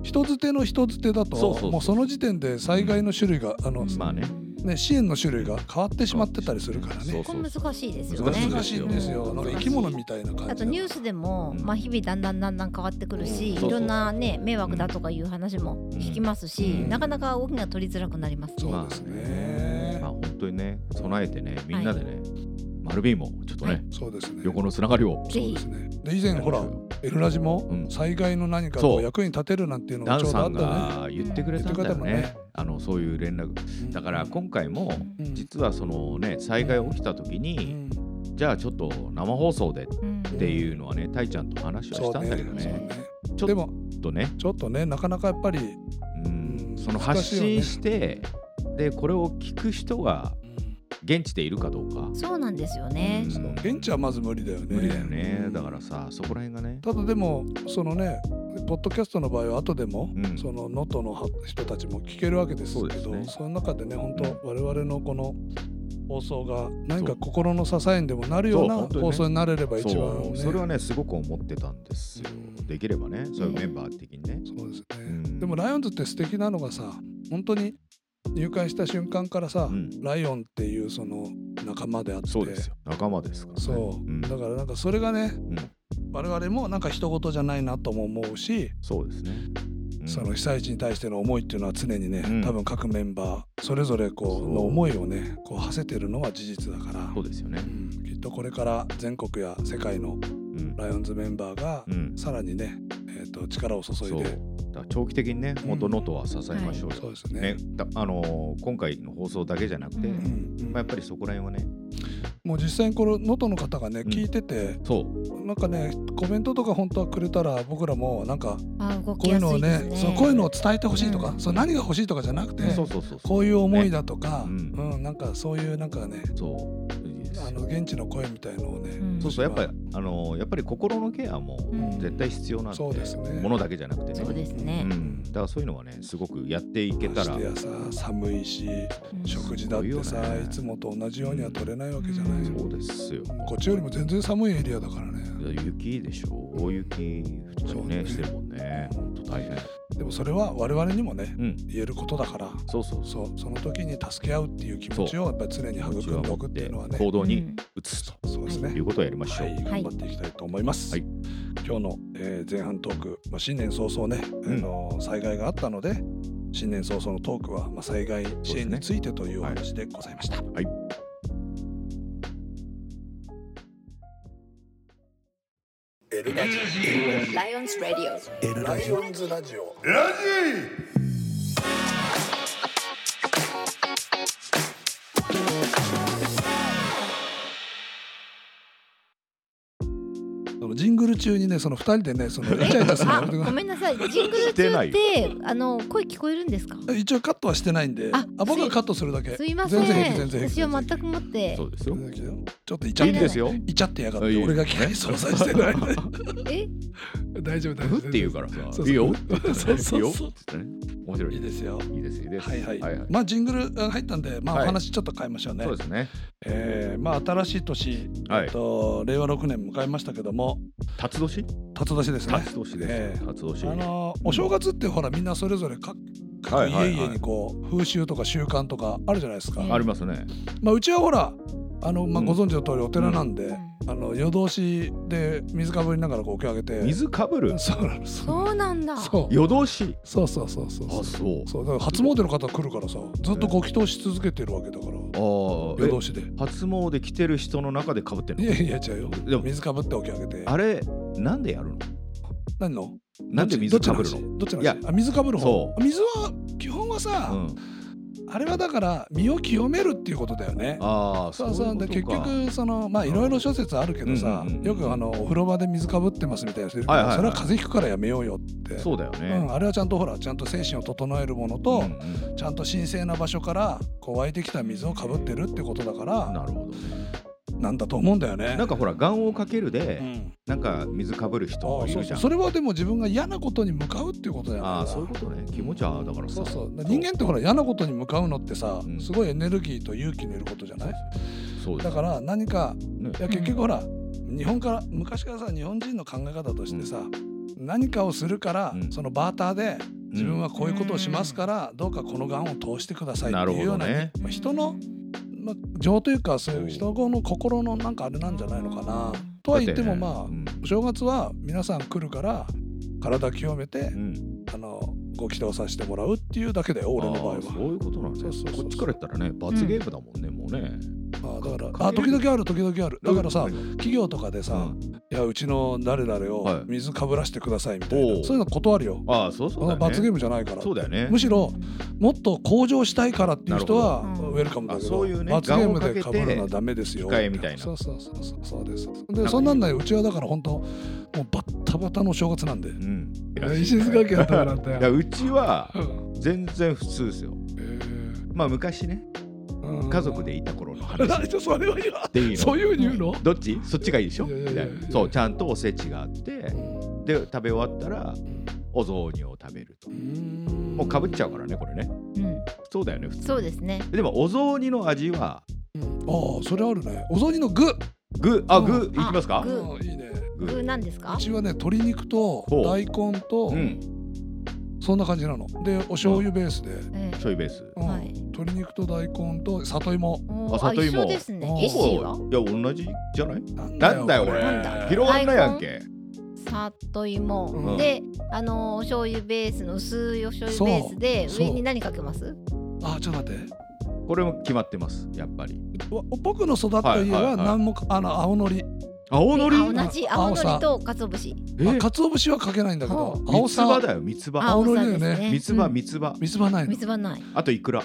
Speaker 1: 人づての人づてだと
Speaker 2: そうそうそう
Speaker 1: もうその時点で災害の種類が、あの、
Speaker 2: まあね
Speaker 1: ね、支援の種類が変わってしまってたりするから
Speaker 2: そ
Speaker 1: ね
Speaker 2: う
Speaker 3: これ難しいですよ
Speaker 2: う
Speaker 3: ね
Speaker 1: 難しいんですよ、
Speaker 3: うん
Speaker 1: なんか生き物みたいな感じ
Speaker 3: あとニュースでも、
Speaker 2: うん
Speaker 3: まあ、日々だんだんだんだん変わってくるし、
Speaker 2: うんそうそう
Speaker 3: いろんな、ね、迷惑だとかいう話も聞きますし、
Speaker 1: うん
Speaker 3: なかなか動きが取りづらくなりますね。
Speaker 1: そうですね、
Speaker 2: まあ本当にね備えてねみんなでね、丸 B もちょっとね、
Speaker 3: はい
Speaker 1: そうですね
Speaker 2: 横のつながりを
Speaker 3: ぜ
Speaker 1: そう
Speaker 3: ひ
Speaker 1: ですねで以前ほら
Speaker 2: やりましょうよ
Speaker 1: 「エルラジ」
Speaker 2: う
Speaker 1: も
Speaker 2: ん
Speaker 1: 災害の何か
Speaker 2: そう
Speaker 1: こう役に立てるなんていうのが
Speaker 2: ダン
Speaker 1: ちょうどあ
Speaker 2: さ
Speaker 1: っ
Speaker 2: ん
Speaker 1: たね
Speaker 2: が言ってくれたんだよ
Speaker 1: 言って
Speaker 2: ね,、
Speaker 1: くれた
Speaker 2: あのそういう連絡
Speaker 1: うん
Speaker 2: だから今回も
Speaker 1: うん
Speaker 2: 実はそのね災害起きた時
Speaker 1: う
Speaker 2: に、
Speaker 1: ん
Speaker 2: じゃあちょっと生放送でっ
Speaker 3: うん
Speaker 2: ていうのはねたいちゃんと話は
Speaker 1: そ
Speaker 2: し
Speaker 1: う
Speaker 2: たんだけどね
Speaker 1: そう
Speaker 2: ちょっ
Speaker 1: でも
Speaker 2: とね
Speaker 1: ちょっとねなかなかやっぱり、
Speaker 2: うん
Speaker 1: うん
Speaker 2: その
Speaker 1: 難
Speaker 2: 発
Speaker 1: しいよね
Speaker 2: 信して、でこれを聞く人が現地でいるかどうか、
Speaker 3: そうなんですよね
Speaker 2: うん。
Speaker 1: そう現地はまず無理だよね
Speaker 2: 無理だよね、
Speaker 1: うん
Speaker 2: だからさそこら辺がね
Speaker 1: ただでもそのねポッドキャストの場合は後でも、
Speaker 2: うん
Speaker 1: その能登のは人たちも聞けるわけですけど
Speaker 2: そ
Speaker 1: そう
Speaker 2: ですね
Speaker 1: の中でね本当我々のこの放送が何
Speaker 2: そ
Speaker 1: か
Speaker 2: う
Speaker 1: 心の支えにでもなるような
Speaker 2: そう本当にね
Speaker 1: 放送になれれば一番
Speaker 2: そ
Speaker 1: ね
Speaker 2: うそれはねすごく思ってたんですよ、
Speaker 1: うん
Speaker 2: できればねそういうメンバー的にね、
Speaker 1: そうですね、
Speaker 2: うん
Speaker 1: でもライオンズって素敵なのがさ本当に入会した瞬間からさ、
Speaker 2: うん
Speaker 1: ライオンっていうその仲間であって
Speaker 2: そうですよ仲間ですから、ね、
Speaker 1: そう、
Speaker 2: ん、
Speaker 1: だからなんかそれがね、
Speaker 2: ん
Speaker 1: 我々もなんか人事じゃないなとも思うし、
Speaker 2: そうですね、うん
Speaker 1: その被災地に対しての思いっていうのは常にね、
Speaker 2: うん
Speaker 1: 多分各メンバーそれぞれこ
Speaker 2: そうう
Speaker 1: の思いをねこう馳せてるのは事実だから
Speaker 2: そうですよね
Speaker 1: う、んきっとこれから全国や世界の
Speaker 2: うん
Speaker 1: ライオンズメンバーが
Speaker 2: うん、
Speaker 1: さらにね、えー、と力を注
Speaker 2: そう
Speaker 1: いで
Speaker 2: だから長期的にね本当ノートは支えましょうよ、
Speaker 1: そうですね
Speaker 2: ねだあのー今回の放送だけじゃなくて、
Speaker 3: うん
Speaker 1: うん
Speaker 2: まあ、やっぱりそこら辺はね
Speaker 1: もう実際にこの能登の方がね
Speaker 2: ん
Speaker 1: 聞いてて、
Speaker 2: そう
Speaker 1: なんかねコメントとか本当はくれたら僕らもなんか
Speaker 3: あ動
Speaker 1: こ
Speaker 3: き
Speaker 1: ういう
Speaker 3: やす
Speaker 1: のを
Speaker 3: いで
Speaker 1: ね
Speaker 3: すね。
Speaker 1: そうこういうのを伝えてほしいとか、
Speaker 3: うん
Speaker 1: そう何が欲しいとかじゃなくて、
Speaker 2: そうそうそうそう
Speaker 1: こういう思いだとか、
Speaker 2: ね
Speaker 1: うんなんかそういうなんかね
Speaker 2: そういいですよ
Speaker 1: あの現地の声みたいのをね、
Speaker 3: うん
Speaker 2: そうそうやっぱりあのーやっぱり心のケアも
Speaker 3: うん
Speaker 2: 絶対必要なん
Speaker 1: そうですね
Speaker 2: ものだけじゃなくてね
Speaker 3: そうですね
Speaker 2: う。ん、だからそういうのはねすごくやっていけた
Speaker 1: ま
Speaker 2: ら
Speaker 1: してやさ寒いし
Speaker 3: うん
Speaker 1: 食事だって
Speaker 2: すごい
Speaker 1: さ
Speaker 2: よ
Speaker 1: い,、
Speaker 2: ね
Speaker 1: つもと同じようには取れないわけじゃない、
Speaker 3: うん
Speaker 2: そうですよ
Speaker 1: こっちよりも全然寒いエリアだからね
Speaker 2: いや雪でしょ大雪降ったりねしてるもんね本当大変
Speaker 1: でもそれは我々にもね
Speaker 2: うん
Speaker 1: 言えることだから
Speaker 2: そうそうそう
Speaker 1: そうその時に助け合うっていう気持ちをやっぱり常に
Speaker 2: 気持ち
Speaker 1: 育
Speaker 2: を
Speaker 1: んでお
Speaker 2: 持
Speaker 1: く
Speaker 2: っ
Speaker 1: ってい
Speaker 2: て
Speaker 1: うのはね
Speaker 2: 行動
Speaker 3: う
Speaker 2: に
Speaker 3: ん
Speaker 2: 移すと
Speaker 1: そうですね、
Speaker 2: いうことをやりましょ
Speaker 1: は
Speaker 2: う、
Speaker 1: い、
Speaker 3: はい
Speaker 1: 頑張っていきたいと思います。
Speaker 2: はい
Speaker 1: 今日の、えー前半トーク、まあ、新年早々ね、
Speaker 2: ん
Speaker 1: あのー災害があったので新年早々のトークは、まあ、災害支援についてというお話でございました。
Speaker 2: い
Speaker 1: エルラジ
Speaker 4: ライオンズラディオ
Speaker 1: エルラジオンズラジオ中にねその2人でねそのイチャイチャするのや
Speaker 3: あ
Speaker 1: めてくだ
Speaker 3: ご
Speaker 1: さ
Speaker 3: めんなさいジングル
Speaker 2: して
Speaker 3: 中
Speaker 2: な
Speaker 3: っ
Speaker 2: い
Speaker 3: てあの声聞こえるんですか
Speaker 1: い一応カットはしてないんであ
Speaker 3: あ
Speaker 1: 僕
Speaker 3: す
Speaker 1: はいカットするだけ
Speaker 3: すいません
Speaker 1: 全然平気全然平気
Speaker 3: 私は全くもって
Speaker 2: そうですよ。
Speaker 1: 全然平気だよちょっとイチ
Speaker 2: い
Speaker 1: ャ
Speaker 2: いん
Speaker 1: って
Speaker 2: ですよ。
Speaker 1: イチャってやがっ
Speaker 2: あいい
Speaker 1: て
Speaker 2: よ
Speaker 1: 俺が機械操作してない
Speaker 3: え
Speaker 1: (laughs) 大丈夫大丈
Speaker 2: ふ
Speaker 1: 夫
Speaker 2: って言うから
Speaker 1: そ
Speaker 2: さ、
Speaker 1: うそう
Speaker 2: いいよって言ったら
Speaker 1: そう
Speaker 2: ね
Speaker 1: そ
Speaker 2: いういよっ
Speaker 1: そう
Speaker 2: て言ってね。面白い。
Speaker 1: いいですよ
Speaker 2: いいです、いいです。
Speaker 1: はいはい、
Speaker 2: はいはい
Speaker 1: まあジングルが入ったんでまあお
Speaker 2: はい
Speaker 1: 話ちょっと変えましょうね、
Speaker 2: そうですね。
Speaker 1: えーまあ新しい年、
Speaker 2: は
Speaker 1: え
Speaker 2: い
Speaker 1: っ。と令和6年迎えましたけども
Speaker 2: 辰年
Speaker 1: 辰年ですね
Speaker 2: 辰年
Speaker 1: え
Speaker 2: で
Speaker 1: え
Speaker 2: す。辰
Speaker 1: あ
Speaker 2: 年。
Speaker 1: のお正月ってほらみんなそれぞれ各
Speaker 2: は
Speaker 1: 各
Speaker 2: いはいは
Speaker 1: 家
Speaker 2: い
Speaker 1: 々にこう風習とか習慣とかあるじゃないですか、
Speaker 3: うん
Speaker 2: ありますね。
Speaker 1: まあ、うちはほらあの、まあ、
Speaker 2: うん
Speaker 1: ご存知の通りお寺なんで、
Speaker 3: う
Speaker 1: あの夜通しで水かぶりながらこう受け上げて
Speaker 2: 水かぶる。
Speaker 1: そうなんです
Speaker 3: そうなんだ
Speaker 1: そう
Speaker 2: 夜通し。
Speaker 1: そうそうそうそうそう
Speaker 2: そう
Speaker 1: そうだから初詣の方来るからさずっとご祈祷し続けてるわけだから
Speaker 2: ああ、え
Speaker 1: 夜通しで
Speaker 2: 初詣来てる人の中でかぶって
Speaker 1: い
Speaker 2: る
Speaker 1: やいや違うよ
Speaker 2: でも
Speaker 1: 水かぶって起き上げて
Speaker 2: のあれ、なんでやるの
Speaker 1: 何の
Speaker 2: なんで水かぶるの
Speaker 1: どっちの話どっちの
Speaker 2: いや
Speaker 1: 話あ水かぶる方
Speaker 2: そ
Speaker 1: 水は基本はさ、
Speaker 2: うん
Speaker 1: あれはだから身を清めるっていうことだよね
Speaker 2: ああ、
Speaker 1: そう
Speaker 2: い
Speaker 1: そう
Speaker 2: こと
Speaker 1: で
Speaker 2: か
Speaker 1: 結局そのまあいろいろ諸説あるけどさ、
Speaker 2: うんうんうん
Speaker 1: よくあのお風呂場で水かぶってますみたいな人いるけど、
Speaker 2: はいはいはい
Speaker 1: それは風邪ひくからやめようよって
Speaker 2: そうだよ
Speaker 1: う
Speaker 2: ね。
Speaker 1: ん、あれはちゃんとほらちゃんと精神を整えるもの
Speaker 2: う
Speaker 1: と、
Speaker 2: んうん
Speaker 1: ちゃんと神聖な場所からこう湧いてきた水をかぶってるってことだから
Speaker 2: なるほどね。
Speaker 1: なんだと思うんだよね。
Speaker 2: なんかほら、願をかけるで
Speaker 1: う、ん
Speaker 2: なんか水かぶる人
Speaker 1: あ
Speaker 2: も
Speaker 1: あ
Speaker 2: い
Speaker 1: そう
Speaker 2: るじ
Speaker 1: そ
Speaker 2: ゃ。
Speaker 1: うんそれはでも自分が嫌なことに向かうっていうことだよね。
Speaker 2: ああ、そういうことね。気持ちはだからさ。
Speaker 1: そうそうだから人間ってほら嫌なことに向かうのってさ、
Speaker 2: うん
Speaker 1: すごいエネルギーと勇気のいることじゃない
Speaker 2: そうで
Speaker 1: だ
Speaker 2: す。
Speaker 1: から何か
Speaker 2: ね
Speaker 1: いや結局ほら日本から昔からさ日本人の考え方としてさ、何かをするから、
Speaker 2: うん
Speaker 1: そのバーターで自分はこういうことをしますから、どうかこのがんを通してくださいっていうような
Speaker 2: なるほどね
Speaker 1: まあ人の、まあ、情というかそういう人の心のなんかあれなんじゃないのかな。とは言ってもまあ、
Speaker 2: だね
Speaker 1: お正月は皆さん来るから体清めて、
Speaker 2: うんうん
Speaker 1: あのご祈祷させてもらうっていうだけだよ俺の場合
Speaker 2: あ
Speaker 1: は
Speaker 2: あそういうことなんだ
Speaker 1: そう
Speaker 2: ね
Speaker 1: そうそうそう
Speaker 2: こっちから言ったらね罰ゲームだもんね、もうね
Speaker 1: ああだから
Speaker 2: か
Speaker 1: あ時々ある時々あるだからさ
Speaker 2: うん
Speaker 1: 企業とかでさ、いやうちの誰々
Speaker 2: は
Speaker 1: を
Speaker 2: い
Speaker 1: 水かぶらしてくださいみたいな、
Speaker 2: おう
Speaker 1: そういうの断るよ
Speaker 2: ああそうそうだ、
Speaker 1: あ
Speaker 2: ね、
Speaker 1: 罰ゲ
Speaker 2: ー
Speaker 1: ームじゃないから
Speaker 2: そうだよね
Speaker 1: むしろもっと向上したいからっていう人は
Speaker 3: なるほどうん
Speaker 1: ウェルカムだけど
Speaker 2: あそういうね
Speaker 1: 罰ゲーム
Speaker 2: 願
Speaker 1: で
Speaker 2: を
Speaker 1: か
Speaker 2: か
Speaker 1: ぶ
Speaker 2: けて
Speaker 1: るのはダメですよ
Speaker 2: 控えみたいな
Speaker 1: そうそうそうそうそうです
Speaker 2: い
Speaker 1: で
Speaker 2: い
Speaker 1: そんなんないうちはだから本当もうバッタバタの正月なんで
Speaker 2: うん
Speaker 1: 石塚家はどうなんだ
Speaker 2: いや
Speaker 1: よ
Speaker 2: うちは
Speaker 1: うん
Speaker 2: 全然普通ですよ
Speaker 1: えー
Speaker 2: まあ昔ね
Speaker 1: うん
Speaker 2: 家族でいた頃の
Speaker 1: あ (laughs)
Speaker 2: 話
Speaker 1: ちょそれは言わ
Speaker 2: でいい
Speaker 1: そ
Speaker 2: の
Speaker 1: ういうふうに言うの
Speaker 2: どっちそっちがいいでしょ
Speaker 1: いやいやいや
Speaker 2: みたいなそうちゃんとおせちがあってで食べ終わったらお雑煮を食べるともうかぶっちゃうからねこれね
Speaker 3: うん
Speaker 2: そうだよね普通
Speaker 3: そうですね
Speaker 2: でもお雑煮の味は
Speaker 1: うんああそれあるねお雑煮の具
Speaker 2: 具あ
Speaker 1: う
Speaker 2: 具
Speaker 1: ん
Speaker 2: いきますか
Speaker 3: 具
Speaker 1: うんいいね
Speaker 3: 具なんですか
Speaker 1: うちはね鶏肉と
Speaker 2: ほう
Speaker 1: 大根と
Speaker 2: うん
Speaker 1: そんな感じなのでお醤油ベースで、
Speaker 3: え
Speaker 2: 醤油ベース
Speaker 1: うん
Speaker 3: はい
Speaker 1: 鶏肉と大根と里芋
Speaker 3: お
Speaker 2: あ
Speaker 3: ーあ
Speaker 2: 里
Speaker 3: 一
Speaker 2: 芋
Speaker 3: 緒ですね
Speaker 1: うん
Speaker 3: 意思はい
Speaker 2: や同じじゃない
Speaker 1: なん
Speaker 2: なんだよこれ
Speaker 3: なんだ
Speaker 2: 広がんないやんけ
Speaker 3: 里芋、
Speaker 1: うん
Speaker 3: であのーお醤油ベースの薄いお醤油ベースで
Speaker 1: そう
Speaker 3: 上に何かけます
Speaker 1: あちょっと待って
Speaker 2: これも決まってますやっぱり
Speaker 1: わ僕の育った家
Speaker 2: はいはいは
Speaker 1: はい何もかあの青のり
Speaker 2: 青のり
Speaker 3: あ同じ
Speaker 1: あ
Speaker 3: 青
Speaker 1: 青さ
Speaker 3: のりと鰹節
Speaker 1: あ鰹節はかけないんだけ
Speaker 3: は
Speaker 1: ど
Speaker 3: あ
Speaker 1: 青
Speaker 2: 三つ葉
Speaker 1: さ
Speaker 2: だよ三つ葉
Speaker 1: あ青のりだ
Speaker 3: さ
Speaker 1: よね
Speaker 2: 三つ葉
Speaker 3: うん
Speaker 2: 三つ葉
Speaker 1: 三つ葉ないの
Speaker 3: 三つ葉ない
Speaker 2: あといくら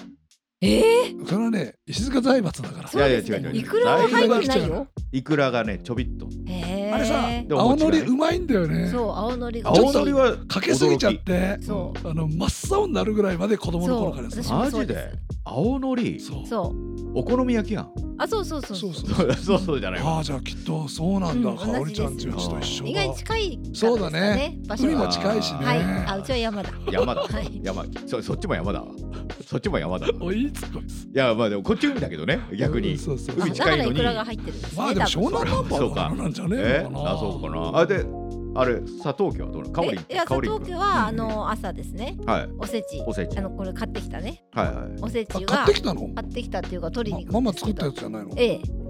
Speaker 3: ええ
Speaker 1: それはね石塚財閥だから
Speaker 2: いやいや違う違う違う
Speaker 3: いくらは入ってないよ
Speaker 2: いくらがねちょびっと
Speaker 3: へえ
Speaker 1: あれさ
Speaker 2: でも
Speaker 1: 青のり
Speaker 2: 間違いう
Speaker 1: まいんだよね
Speaker 3: そう青のりが
Speaker 2: 青のりは
Speaker 1: かけすぎちゃっ
Speaker 2: 驚き
Speaker 1: て
Speaker 3: そ
Speaker 1: あの真っ青になるぐらいまで子
Speaker 3: う
Speaker 1: 供の
Speaker 3: そ
Speaker 1: 頃
Speaker 3: う
Speaker 1: からです
Speaker 3: 私も
Speaker 2: マ
Speaker 3: そう
Speaker 2: ジ
Speaker 3: で
Speaker 2: で青のり
Speaker 1: そう
Speaker 3: すそう
Speaker 2: お好み焼きやん
Speaker 3: あそうそうそう
Speaker 1: そうそう
Speaker 2: そうそうそうじゃないわ
Speaker 1: ああじゃあきっとそうなんだ、
Speaker 3: うん
Speaker 1: かおりちゃんちの家と一緒だ
Speaker 3: 意外に近いからです
Speaker 1: そうだ
Speaker 3: かね
Speaker 1: ね
Speaker 3: 場所
Speaker 1: 海も
Speaker 3: は
Speaker 1: 近いしね、
Speaker 3: はいあうちは山だ
Speaker 2: 山だ
Speaker 3: はい
Speaker 2: 山そそっちも山だわそっちも山だわ
Speaker 1: おいいつこいつ
Speaker 2: いやまあでもこっち海だけどね逆
Speaker 1: う
Speaker 2: に
Speaker 1: んそうそう
Speaker 2: 海
Speaker 3: あだ
Speaker 2: 近
Speaker 3: か
Speaker 2: い
Speaker 3: ら
Speaker 2: の
Speaker 3: い
Speaker 2: に
Speaker 3: くらが入ってるんですね
Speaker 1: まあでも
Speaker 3: 多
Speaker 1: 湘
Speaker 3: 分
Speaker 1: 南ナンバ
Speaker 2: そ
Speaker 1: ー
Speaker 2: う
Speaker 1: と
Speaker 2: か
Speaker 1: かなんじゃねえ
Speaker 2: え
Speaker 1: のかな
Speaker 2: あそうかなあであれ砂糖家はどうなの香り
Speaker 3: えいや
Speaker 2: 香
Speaker 3: 佐
Speaker 2: り
Speaker 3: 藤家はあ
Speaker 2: うん
Speaker 3: の朝ですね
Speaker 2: はい
Speaker 3: おせち
Speaker 2: おせち
Speaker 3: あのこれ買ってきたね
Speaker 2: はいはい
Speaker 3: おせ
Speaker 1: あ
Speaker 3: ち
Speaker 1: 買
Speaker 3: は
Speaker 1: ってきたの
Speaker 3: 買ってきたっていうか取りに行
Speaker 1: まママ
Speaker 3: くんです
Speaker 1: 作
Speaker 3: け
Speaker 1: った
Speaker 3: ど
Speaker 1: やつじゃないの
Speaker 3: ええ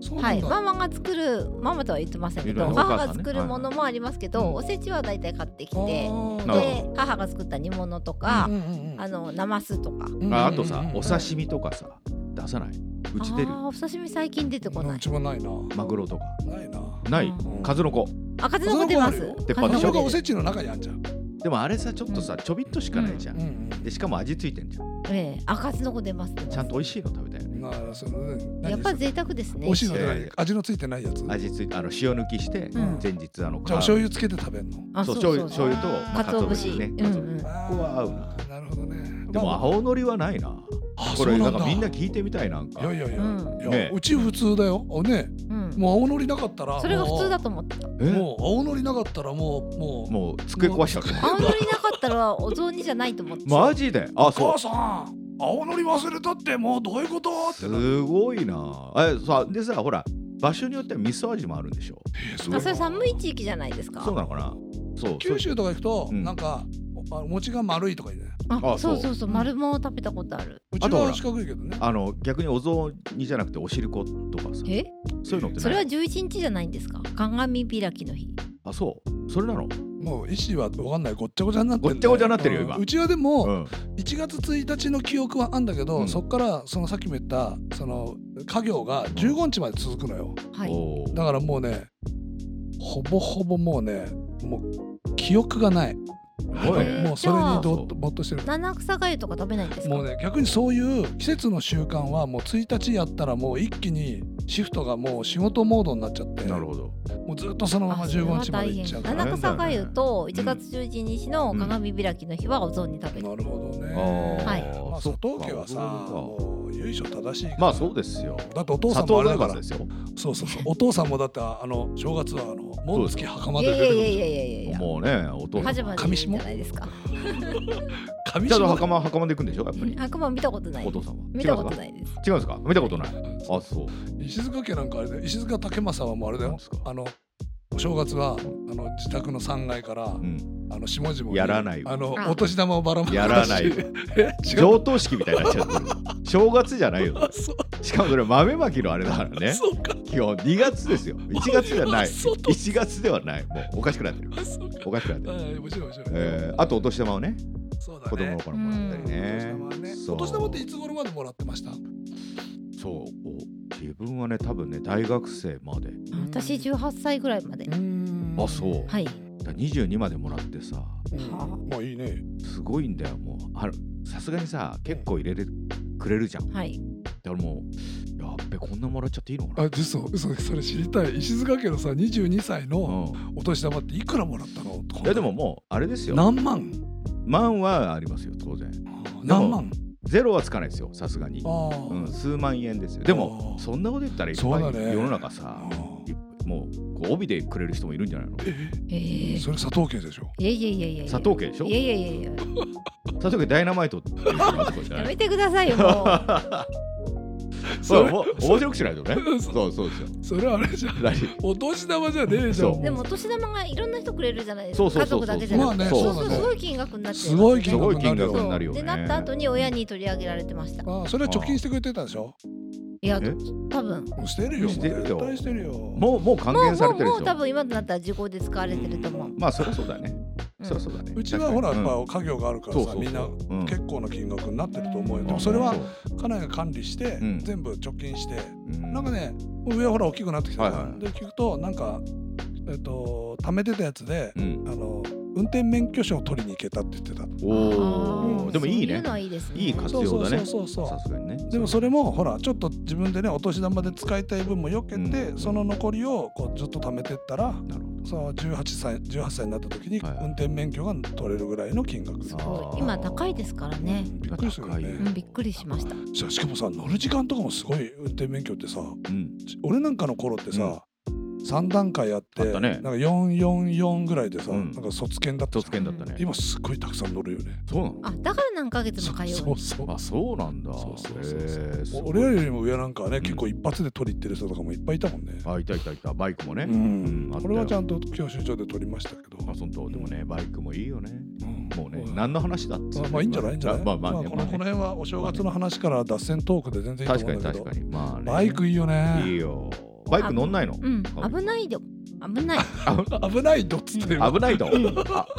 Speaker 1: そう
Speaker 3: は
Speaker 1: ないんだ、
Speaker 3: ママが作るママとは言ってませんけ
Speaker 2: いろ
Speaker 3: ど
Speaker 2: いろお母
Speaker 3: 母
Speaker 2: さんね
Speaker 3: が作るものもありますけど、
Speaker 2: はいうん
Speaker 3: おせちは大体買ってき
Speaker 1: あ
Speaker 3: て
Speaker 1: ー
Speaker 2: なるほ
Speaker 3: で母が作った煮物とか
Speaker 1: う、んうんうん
Speaker 3: あのなますとか
Speaker 1: うん
Speaker 2: ああとさ
Speaker 1: うんうんうん
Speaker 2: お刺身とかさ出さないうち出る
Speaker 3: あーお刺身最近出てこな
Speaker 1: う
Speaker 3: い
Speaker 1: ちもないな
Speaker 2: マグロとか
Speaker 1: ないな
Speaker 2: な
Speaker 3: う
Speaker 2: い
Speaker 3: ん
Speaker 2: 数の子
Speaker 3: あ数の子出ます
Speaker 2: 鉄板
Speaker 1: あ
Speaker 2: で
Speaker 1: そ
Speaker 2: し
Speaker 1: こ
Speaker 2: ょ
Speaker 1: がおせちの中にあんじゃん、
Speaker 2: でもあれさちょっとさちょびっとしかないじゃ
Speaker 1: うんうんん
Speaker 2: でしかも味ついてんじゃん
Speaker 3: ええあ数の子出ます
Speaker 2: ちゃんと美味しいの食べたいよね
Speaker 1: まあその何
Speaker 3: やっぱ贅沢ですね
Speaker 1: 美味しいのじゃない
Speaker 2: やいや
Speaker 1: 味のついてないやつじゃあ
Speaker 2: 味ついあの塩抜きして、
Speaker 3: うん
Speaker 2: 前日あの皮
Speaker 1: 醤油つけて食べんの
Speaker 3: あ
Speaker 2: そう
Speaker 3: そう
Speaker 2: 醤
Speaker 3: そう
Speaker 2: 油醤油と、まあ、
Speaker 3: 鰹節
Speaker 2: ね、
Speaker 3: うん
Speaker 2: 鰹
Speaker 3: うん
Speaker 2: 節ここは合うな
Speaker 1: あーなるほどね
Speaker 2: でも
Speaker 1: まあ
Speaker 2: 青のりはないな
Speaker 1: あ
Speaker 2: こ
Speaker 1: そ
Speaker 2: れ
Speaker 1: う
Speaker 2: なん
Speaker 1: んだ
Speaker 2: かみんな聞いてみたいなんか
Speaker 1: いやいやいや,、
Speaker 3: うん
Speaker 1: いや
Speaker 2: ね
Speaker 1: うち普通だよあね
Speaker 3: うん
Speaker 1: もう青のりなかったら
Speaker 3: それが普通だ
Speaker 1: も
Speaker 3: と思った
Speaker 1: う
Speaker 2: えも
Speaker 1: もう青のりなかったらもうも
Speaker 2: う
Speaker 1: う
Speaker 2: 机壊しちゃった
Speaker 3: 青のりなかったらお雑煮じゃないと思って
Speaker 2: マジであ
Speaker 1: お
Speaker 2: そう
Speaker 1: 母さん青のり忘れたってもうどういうことってなる
Speaker 2: すごいなえさでさほら場所によっては味噌味もあるんでしょ
Speaker 1: えーすご
Speaker 3: あ
Speaker 1: な
Speaker 3: それ寒い地域じゃないですか
Speaker 2: そうなのかなそう
Speaker 1: 九州とか行くと、
Speaker 2: うん
Speaker 1: なんかおあお餅が丸いとか言うね
Speaker 3: あ
Speaker 2: あ
Speaker 3: そう
Speaker 2: そう
Speaker 3: そうそう丸も食べたことある
Speaker 1: う
Speaker 2: あ
Speaker 1: ち
Speaker 2: とほ
Speaker 1: は
Speaker 2: ら
Speaker 1: 四角いけどね
Speaker 2: あの逆にお雑煮じゃなくておしることかさ
Speaker 3: え
Speaker 2: そういうのってない
Speaker 3: それは11日じゃないんですか鏡開きの日
Speaker 2: あそうそれなの
Speaker 1: もう意思は分かんないごっちゃごちゃになってんだよ
Speaker 2: ごっちゃごちゃになってるよ今
Speaker 1: うんうちはで
Speaker 2: う
Speaker 1: も
Speaker 2: ん
Speaker 1: 1月1日の記憶はあんだけど、
Speaker 2: うん
Speaker 1: そっからそのさっきも言ったその家業が15日まで続くのよ
Speaker 3: はい
Speaker 2: おー
Speaker 1: だからもうねほぼほぼもうねもう記憶がない
Speaker 2: すごい
Speaker 3: え
Speaker 2: ね
Speaker 3: ー
Speaker 1: もうそれにどっとぼっとしてる
Speaker 3: 七草がゆとか食べないんですか
Speaker 1: もうね逆にそういう季節の習慣はもう1日やったらもう一気にシフトがもう仕事モードになっちゃって
Speaker 2: なるほど
Speaker 1: もうずっとそのまま
Speaker 3: あそれ
Speaker 1: 15
Speaker 3: は
Speaker 1: 日まで
Speaker 3: 大
Speaker 1: いっ
Speaker 3: 変
Speaker 1: ちゃうから
Speaker 3: 七
Speaker 2: ね
Speaker 3: 草がゆと1月11日の鏡開きの日はお雑煮食べる
Speaker 1: なるほどね
Speaker 2: ー
Speaker 3: はい
Speaker 1: まあ、
Speaker 2: そ
Speaker 1: 佐
Speaker 2: っか
Speaker 1: 藤家はさ
Speaker 2: そ
Speaker 1: もう由緒正しいから
Speaker 2: まあそうですよ
Speaker 1: だってお父さんもあ
Speaker 2: 砂糖
Speaker 1: れだ
Speaker 2: 生
Speaker 1: から
Speaker 2: 活ですよ
Speaker 1: そうそうそうお父さんもだってあの正月はあの門付き袴
Speaker 3: い
Speaker 1: で
Speaker 3: や
Speaker 1: 出
Speaker 3: い
Speaker 1: て
Speaker 3: や
Speaker 1: くる
Speaker 3: い
Speaker 1: ん
Speaker 3: や
Speaker 1: ですよ
Speaker 3: いやいやいやいや
Speaker 2: もうねお父さ
Speaker 3: パ
Speaker 2: ん
Speaker 3: ジャマでいいんじゃないですか
Speaker 1: 上
Speaker 2: ちゃん
Speaker 1: 下
Speaker 2: と袴袴で行くんでしょやっぱり
Speaker 3: あくま見たことない
Speaker 2: お父さんは
Speaker 3: 見たこと
Speaker 2: い
Speaker 3: ないです
Speaker 2: 違うんですか見たことないあそう
Speaker 1: 石塚家なんかあれで石塚武正はもうあれだ
Speaker 2: なん
Speaker 1: よ
Speaker 2: ですか
Speaker 1: あのお正月はあの自宅の3階から
Speaker 2: うん
Speaker 1: あの下々に
Speaker 2: やらないわ
Speaker 1: あの
Speaker 3: あ
Speaker 1: お年玉をばらまかし
Speaker 2: やらない
Speaker 1: え (laughs) 違う
Speaker 2: 上等式みたいになっちゃってる正月じゃないよ
Speaker 1: あそう
Speaker 2: しかもそれ豆まきのあれだからね
Speaker 1: そうか
Speaker 2: 基本2月ですよ1月じゃない
Speaker 1: そうだ
Speaker 2: 1月ではないもうおかしくなってる
Speaker 1: あそうか
Speaker 2: おかしくなってる、
Speaker 1: はい面白い面白い、
Speaker 2: えー、あとお年玉をね
Speaker 1: そうだね
Speaker 2: 子供の頃もらった
Speaker 1: お
Speaker 2: り
Speaker 1: 年
Speaker 2: ね
Speaker 1: 玉はね
Speaker 2: そう
Speaker 1: お年玉っていつ頃までもらってました
Speaker 2: そうお自分はね多分ね大学生まで
Speaker 3: 私18歳ぐらいまで
Speaker 2: あそう
Speaker 3: はい
Speaker 2: だ22までもらってさ
Speaker 1: うんまあいいね
Speaker 2: すごいんだよもうあるさすがにさ結構入れてくれるじゃんだ
Speaker 3: はい
Speaker 2: からもうやっべこんなもらっちゃっていいのかな
Speaker 1: あ嘘嘘それ知りたい石塚家のさ22歳のお年玉っていくらもらったの
Speaker 2: うん、いやでももうあれですよ
Speaker 1: 何万
Speaker 2: 万はありますよ当然
Speaker 1: 何万
Speaker 2: ゼロはつかないですよさすがに
Speaker 1: ああ、
Speaker 2: うん、数万円ですよでも
Speaker 1: あー
Speaker 2: そんなこと言ったらいっぱい
Speaker 1: そうだね
Speaker 2: 世の中さ
Speaker 1: あー
Speaker 2: いもうこう帯でくれる人もいるんじゃないの
Speaker 1: え
Speaker 3: えー
Speaker 1: それ佐藤家でしょ
Speaker 3: いやいやいやいやいや
Speaker 2: 佐藤家でしょ
Speaker 3: いやいやいやい
Speaker 2: 佐藤家ダイナマイトっていう人もあそこじゃな
Speaker 3: やや
Speaker 2: い
Speaker 3: めてくださいよもう
Speaker 2: そ
Speaker 1: そうれ
Speaker 2: もう面白くしないとね
Speaker 1: そ
Speaker 2: そうそうです
Speaker 1: (laughs)
Speaker 2: よ
Speaker 1: それあれじゃん
Speaker 2: 何
Speaker 1: お年玉じゃねえじゃん
Speaker 2: そう
Speaker 3: でもお年玉がいろんな人くれるじゃないです
Speaker 2: そう
Speaker 3: か
Speaker 2: そうそうそ
Speaker 3: 家族だ
Speaker 2: う
Speaker 3: けじゃなくて
Speaker 1: そう
Speaker 3: そ
Speaker 1: まあ
Speaker 3: う
Speaker 1: ね
Speaker 3: するとすごい金額になって
Speaker 1: すごい
Speaker 3: 金
Speaker 1: 金
Speaker 2: すご
Speaker 1: 額
Speaker 2: い
Speaker 1: になる
Speaker 2: 金
Speaker 1: よ
Speaker 2: 額になるよ
Speaker 3: で
Speaker 2: ね
Speaker 3: なった後に親に取り上げられてました
Speaker 1: ああそれは貯金してくれてたでしょ
Speaker 3: いや
Speaker 2: え
Speaker 3: 多分
Speaker 1: もうしてるよ
Speaker 2: してるよ
Speaker 1: もう絶対してるよ
Speaker 2: もうもう還
Speaker 3: もう
Speaker 2: 元さ
Speaker 3: も
Speaker 2: れ
Speaker 3: う
Speaker 2: てるでし
Speaker 3: もう
Speaker 2: ょ
Speaker 3: 多分今となったら時効で使われてると思う、
Speaker 2: まあそりゃそうだよね、
Speaker 3: うん
Speaker 2: そりゃそうだね
Speaker 1: うちはほらやっ
Speaker 2: うん
Speaker 1: ぱ家業があるからさ
Speaker 2: そうそうそう
Speaker 1: みんな
Speaker 2: うん
Speaker 1: 結構な金額になってると思うよ、
Speaker 3: うん
Speaker 1: でもそれは
Speaker 2: う
Speaker 1: 家内が管理して、
Speaker 2: うん
Speaker 1: 全部貯金して
Speaker 2: うん
Speaker 1: なんかね上はほら大きくなってきたから、
Speaker 2: はいはい
Speaker 1: で聞くとなんかえっと貯めてたやつで、
Speaker 2: うん
Speaker 1: あの運転免許証を取りに行けたって言ってた
Speaker 2: お
Speaker 3: あ
Speaker 2: お
Speaker 3: ー
Speaker 2: でもいい
Speaker 3: そういう
Speaker 2: ね
Speaker 3: のはいいですね
Speaker 2: いい活
Speaker 1: そうそ
Speaker 2: 用
Speaker 1: う
Speaker 2: だ
Speaker 1: そ
Speaker 2: ね
Speaker 1: うそうそう
Speaker 2: さすがにね
Speaker 1: でもそれもほらちょっと自分でねお年玉で使いたい分もよけて、
Speaker 2: うん
Speaker 1: その残りをこうずっと貯めてったら
Speaker 2: なるほど
Speaker 1: その18歳 ,18 歳になった時に
Speaker 2: はいはい
Speaker 1: 運転免許が取れるぐらいの金額、
Speaker 3: す
Speaker 2: あ
Speaker 3: ご
Speaker 2: ー
Speaker 3: い今高いですからね、
Speaker 1: びっくりするよね、
Speaker 3: うん、びっくりしました
Speaker 1: ししかもさ乗る時間とかもすごい運転免許ってさ
Speaker 2: うん
Speaker 1: 俺なんかの頃ってさ、三3段階あって
Speaker 2: あったね
Speaker 1: なんか444ぐらいでさ、
Speaker 2: うん
Speaker 1: なんか卒検だったじ
Speaker 2: 突
Speaker 1: ゃん
Speaker 2: 見だったね
Speaker 1: 今すっごいたくさん乗るよね
Speaker 2: そうなの
Speaker 3: あだから何ヶ月も通う
Speaker 1: そうそう
Speaker 2: あそうなんだ
Speaker 1: そうそうそうそう
Speaker 2: へーすごい
Speaker 1: 俺らよりも上なんかはね、
Speaker 2: ん
Speaker 1: 結構一発で取り入ってる人とかもいっぱいいたもんね、
Speaker 2: あいたいたいたバイクもね、
Speaker 1: うん
Speaker 2: うんあったよ
Speaker 1: 俺はちゃんと教習所で取りましたけど、
Speaker 2: あそんとでもねバイクもいいよね
Speaker 1: うん
Speaker 2: もうね、
Speaker 1: ん
Speaker 2: 何の話だっつう
Speaker 1: まあまあいいんじゃないいいんじゃない
Speaker 2: まあまあまあね、
Speaker 1: この
Speaker 2: まあね
Speaker 1: この辺はお正月の話から脱線トークで全然いい
Speaker 2: 確
Speaker 1: と
Speaker 2: か
Speaker 1: 思うん
Speaker 2: に
Speaker 1: だけ
Speaker 2: 確
Speaker 1: ど
Speaker 2: かにまあね
Speaker 1: バイクいいよ
Speaker 2: いい
Speaker 1: ね
Speaker 2: よバイク乗んないの、
Speaker 3: うん危ないよ
Speaker 2: (laughs)
Speaker 3: 危ない
Speaker 1: 危ないどっつって
Speaker 2: 危ないと、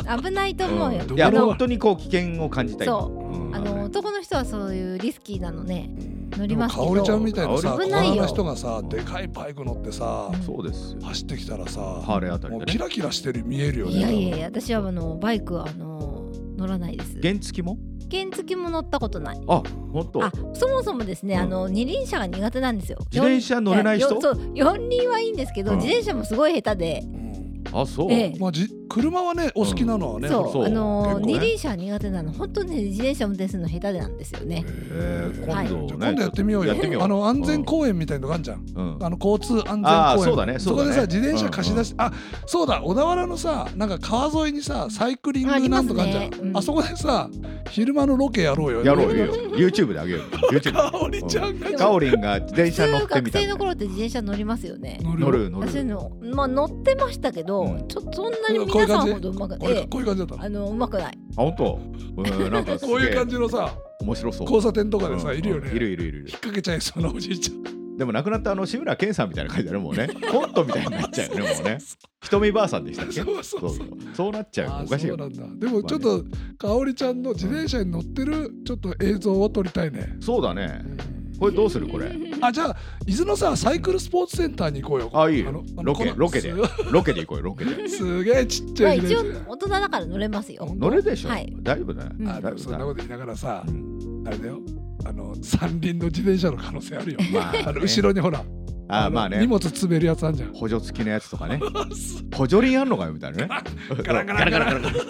Speaker 2: あ
Speaker 3: 危ないと思うよ、
Speaker 1: うん
Speaker 2: いや
Speaker 3: あの
Speaker 2: 本当にこう危険を感じたい
Speaker 3: そ
Speaker 2: ん
Speaker 3: あの男の人はそういうリスキーなのね乗
Speaker 1: で
Speaker 3: り
Speaker 1: も
Speaker 3: ますけど
Speaker 1: かおりちゃんみたいなさ
Speaker 3: 香
Speaker 1: 小
Speaker 3: 織危ないよ
Speaker 1: 柄な人がさでかいバイク乗ってさ
Speaker 3: うん
Speaker 2: そうですよ
Speaker 1: 走ってきたらさ
Speaker 2: ハーレーあたり
Speaker 1: もう
Speaker 2: で
Speaker 1: キ
Speaker 2: ね
Speaker 1: ラキラしてる見えるよね
Speaker 3: いやいやいや私はあのバイクあの乗らないです
Speaker 2: 原付も
Speaker 3: 原付も乗ったことない
Speaker 2: あ本当
Speaker 3: あそもそもですね、
Speaker 2: うん
Speaker 3: あの二輪車が苦手なんですよ
Speaker 2: 自転車乗れない人
Speaker 3: やよそう四輪はいいんですけど、
Speaker 2: うん
Speaker 3: 自転車もすごい下手で、
Speaker 1: うん
Speaker 2: あそう、
Speaker 3: ええ
Speaker 1: まあじ車はねお好きなのはね、
Speaker 2: ほ
Speaker 3: そう
Speaker 2: らそう
Speaker 3: あのー
Speaker 2: 結構ね
Speaker 3: 二輪車は苦手なの本当にね自転車運転するの下手なんですよね
Speaker 2: えー
Speaker 3: はい
Speaker 2: 今度ね、
Speaker 1: 今度やってみようよ
Speaker 2: やってみよう
Speaker 1: あの安全公園みたいなのがあるじゃん、
Speaker 2: うん
Speaker 1: あの交通安全公園
Speaker 2: あーそうだねそうだね
Speaker 1: こでさ自転車貸し出して、あそうだ小田原のさなんか川沿いにさサイクリングなんとかあるじゃん
Speaker 3: あ
Speaker 1: あ,、
Speaker 3: りますねうん
Speaker 1: そこでさ昼間のロケやろうよ
Speaker 2: やろうよ YouTube であげよう YouTube
Speaker 3: (laughs)
Speaker 1: かおりちゃんが
Speaker 2: カオリンが自転
Speaker 3: 普
Speaker 2: 車
Speaker 3: 通
Speaker 2: 乗ってみ
Speaker 3: 学
Speaker 2: た
Speaker 3: 生の頃って自転車乗りますよね
Speaker 2: 乗る乗
Speaker 3: 私
Speaker 2: る
Speaker 3: のまあ乗ってましたけど、
Speaker 2: うん
Speaker 3: ちょっとそんなに皆さんほどうまく
Speaker 1: こ
Speaker 3: な
Speaker 1: れ
Speaker 3: い
Speaker 1: かこういう感じだった
Speaker 3: あのうまくない
Speaker 2: あ本当、えー、なんかす
Speaker 1: こう
Speaker 2: げ
Speaker 1: いう
Speaker 2: え
Speaker 1: 感じのさ
Speaker 2: 面白そう
Speaker 1: 交差点とかでさ、
Speaker 2: うん
Speaker 1: いるよ
Speaker 2: う
Speaker 1: ね
Speaker 2: んいるいるいるいる
Speaker 1: 引っ掛けちゃいそうなおじいちゃん
Speaker 2: でも亡くなったあの志村けんさんみたいな感じだねもうね
Speaker 1: (laughs)
Speaker 2: コントみたいになっちゃうよねもうね瞳ばあさんでしたっけ
Speaker 1: そうそうそう
Speaker 2: そうそうなっちゃうよ
Speaker 1: あ
Speaker 2: おかしい
Speaker 1: そう
Speaker 2: よ
Speaker 1: なんだでもちょっとかおりちゃんの自転車に乗ってるちょっと映像を撮りたいね、
Speaker 2: そうだねこれどうするこれ
Speaker 1: あじゃあ伊豆のさサイクルスポーツセンターに行こうよ。
Speaker 2: あいいよ
Speaker 1: の
Speaker 2: ロケ
Speaker 1: この
Speaker 2: ロケですロケで行こうよロケで
Speaker 1: すげえちっち
Speaker 3: まあ
Speaker 1: ゃい自
Speaker 3: 一応
Speaker 1: 転車。
Speaker 3: 大人だから乗れますよ
Speaker 2: 乗るでしょ、
Speaker 3: はい
Speaker 2: 大丈夫だね、
Speaker 3: うん
Speaker 1: あ
Speaker 2: 大
Speaker 1: でも
Speaker 2: 丈
Speaker 1: そん
Speaker 2: 夫
Speaker 1: な
Speaker 2: だ
Speaker 1: こと言いながらさ
Speaker 2: う、ん
Speaker 1: あれだよあの三輪の自転車の可能性あるよ。
Speaker 2: まあね
Speaker 1: あの後ろにほら
Speaker 2: あー
Speaker 1: の
Speaker 2: まあね
Speaker 1: 荷物詰めるやつあんじゃ (laughs) ん。
Speaker 2: 補助付きのやつとかね補助輪あんのかよみたいなね
Speaker 1: ガランガランガランガラン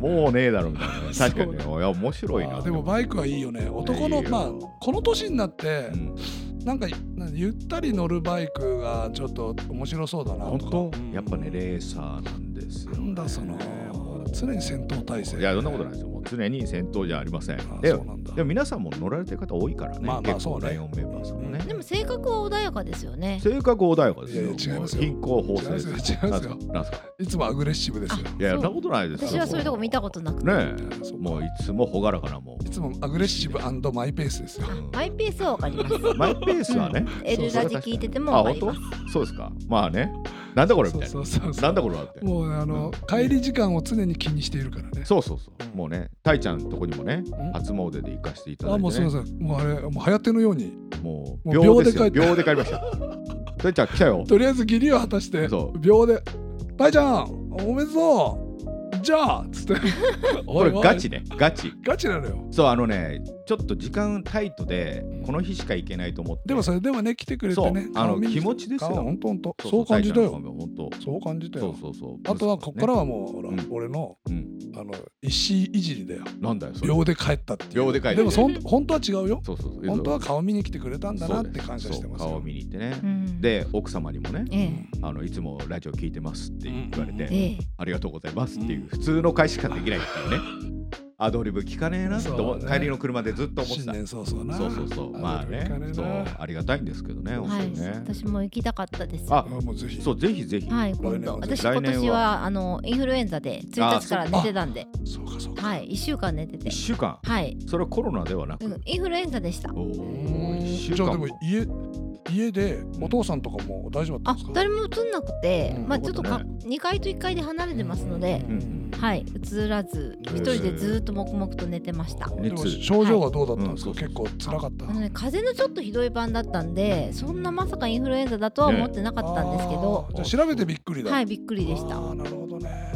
Speaker 2: もうねえだろみたいなね確かにね
Speaker 1: そ
Speaker 2: いや面白い
Speaker 1: あ
Speaker 2: な
Speaker 1: ーでもバイクはいいよね。男の
Speaker 2: いいよ
Speaker 1: まあこの年になって
Speaker 2: うん
Speaker 1: なんかなんかゆったり乗るバイクがちょっと面白そうだなとか。
Speaker 2: 本
Speaker 1: うん
Speaker 2: 当やっぱねレーサーなんですよ
Speaker 1: な
Speaker 2: ね
Speaker 1: んだその
Speaker 2: もう
Speaker 1: 常に戦闘態勢。
Speaker 2: いやそんなことないですよもう常に戦闘じゃありません
Speaker 1: あー
Speaker 2: で
Speaker 1: そうなんだ
Speaker 2: でも皆さんも乗られてる方多いからね、
Speaker 1: まあまあ
Speaker 2: 結構
Speaker 1: そうね
Speaker 2: ライオンメンバーさんもね、
Speaker 3: でも性格は穏やかですよね
Speaker 2: 性格穏やかですよ
Speaker 1: いやいや違いますよ
Speaker 2: 貧困法制
Speaker 1: 違いますよ違いますよ
Speaker 2: なんすか
Speaker 1: いつもアグレッシブですよ。
Speaker 2: いやそ
Speaker 3: そうん
Speaker 2: なことないですよ
Speaker 3: 私はそういうとこ見たことなくて、
Speaker 2: ねえ
Speaker 1: そう
Speaker 2: もういつも朗らかなも
Speaker 1: いつもアグレッシブマイペースですよ。
Speaker 3: あマイペースはわかります
Speaker 2: うマイペースはね
Speaker 3: エルラジ聞いてて (laughs) もわかります
Speaker 2: あそうですかまあねなんだこれみたいな
Speaker 1: そうそうそう
Speaker 2: なんだこれはって
Speaker 1: もうあの、帰り時間を常に気にしているからね。
Speaker 2: そうそうそう、
Speaker 1: うん
Speaker 2: もうねたいちゃんのとこにもね
Speaker 1: ん
Speaker 2: 初詣で行かせていただい
Speaker 1: あ
Speaker 2: て、ね、
Speaker 1: もうすみません。もうあれもう流行ってのように。
Speaker 2: もう
Speaker 1: もう
Speaker 2: 秒ですよ
Speaker 1: 秒で帰っ
Speaker 2: 秒で帰りましたたいちゃん来たよ
Speaker 1: とりあえず義理を果たして
Speaker 2: そう
Speaker 1: 秒で「大ちゃんおめでとうじゃあ」っつって (laughs)
Speaker 2: (laughs) こ
Speaker 1: おい
Speaker 2: れ
Speaker 1: おい
Speaker 2: ガチねガチ
Speaker 1: ガチなのよ。
Speaker 2: そうあのねちょっと時間タイトでこの日しか行けないと思って
Speaker 1: でもそれでもね来てくれてね
Speaker 2: そう。あ
Speaker 1: 顔
Speaker 2: の
Speaker 1: 見に来て
Speaker 2: 気持ちですよ
Speaker 1: 顔ほんとほんとそう感じたよ。
Speaker 2: 本当
Speaker 1: そう感じた
Speaker 2: そ
Speaker 1: よ
Speaker 2: う。そうそう
Speaker 1: あとはこっから
Speaker 2: ね
Speaker 1: はもう、ほら
Speaker 2: うん
Speaker 1: 俺の
Speaker 2: うん
Speaker 1: あの石井いじりだよ。
Speaker 2: なんだよそれ
Speaker 1: 秒で帰ったっていう。
Speaker 2: 秒で帰った
Speaker 1: でもそん本当は違うよ。
Speaker 2: そうそうそう
Speaker 1: 本当は顔見に来てくれたんだなって感謝してます
Speaker 2: そう顔
Speaker 1: よ
Speaker 2: を。見に行ってね
Speaker 3: う、ん
Speaker 2: で奥様にもね
Speaker 3: ええ
Speaker 2: あのいつもラジオ聞いてますって言われて、
Speaker 1: うん
Speaker 3: ええ
Speaker 2: ありがとうございますっていう、
Speaker 1: うん
Speaker 2: 普通の会しかできないっていうねアドリブ聞かねえなと思う、
Speaker 1: そうね
Speaker 2: 帰りの車でずっと思って
Speaker 1: 新
Speaker 2: た
Speaker 1: 年早々な。
Speaker 2: そうそうそうまあね
Speaker 1: あれ
Speaker 2: そう
Speaker 1: は行かね
Speaker 2: ありがたいんですけどね本
Speaker 3: は
Speaker 2: 当
Speaker 3: い
Speaker 2: にね、
Speaker 3: 私も行きたかったです
Speaker 1: え
Speaker 2: あ
Speaker 1: なあもうぜひ。
Speaker 2: そうぜひぜひ、
Speaker 3: はい今度
Speaker 1: 来年は
Speaker 3: 私
Speaker 2: 来
Speaker 3: 今
Speaker 2: 年は
Speaker 3: 年はあのインフルエンザで1日から
Speaker 1: あ
Speaker 3: 寝てたんで
Speaker 1: そうかそうか。
Speaker 3: はい1週間寝てて
Speaker 2: 1週間
Speaker 3: はい、
Speaker 2: それはコロナではなく、
Speaker 3: うん、インフルエンザでした
Speaker 2: お
Speaker 1: う
Speaker 2: ー
Speaker 1: ーん
Speaker 2: 一週
Speaker 1: じゃあ
Speaker 2: 間
Speaker 1: でも
Speaker 2: も
Speaker 1: 家家でお父さんとかも大丈夫だ
Speaker 3: あ
Speaker 1: ったんですか。
Speaker 3: 誰も映んなくて、
Speaker 1: うん
Speaker 3: まあちょっとか
Speaker 2: よか
Speaker 3: 2階と1階で離れてますので、
Speaker 1: うん
Speaker 3: はい映らず
Speaker 1: へー
Speaker 3: 一人でずーっと黙々と寝てました。
Speaker 1: でも
Speaker 2: 熱
Speaker 1: 症状はどうだったんですか。
Speaker 2: はい
Speaker 1: 結構辛かった。
Speaker 3: あのね、風邪のちょっとひどい版だったんでそんなまさかインフルエンザだとは思ってなかったんですけど、
Speaker 1: あーじゃあ調べてびっくりだ。
Speaker 3: はいびっくりでした
Speaker 1: あ。ーなるほどね。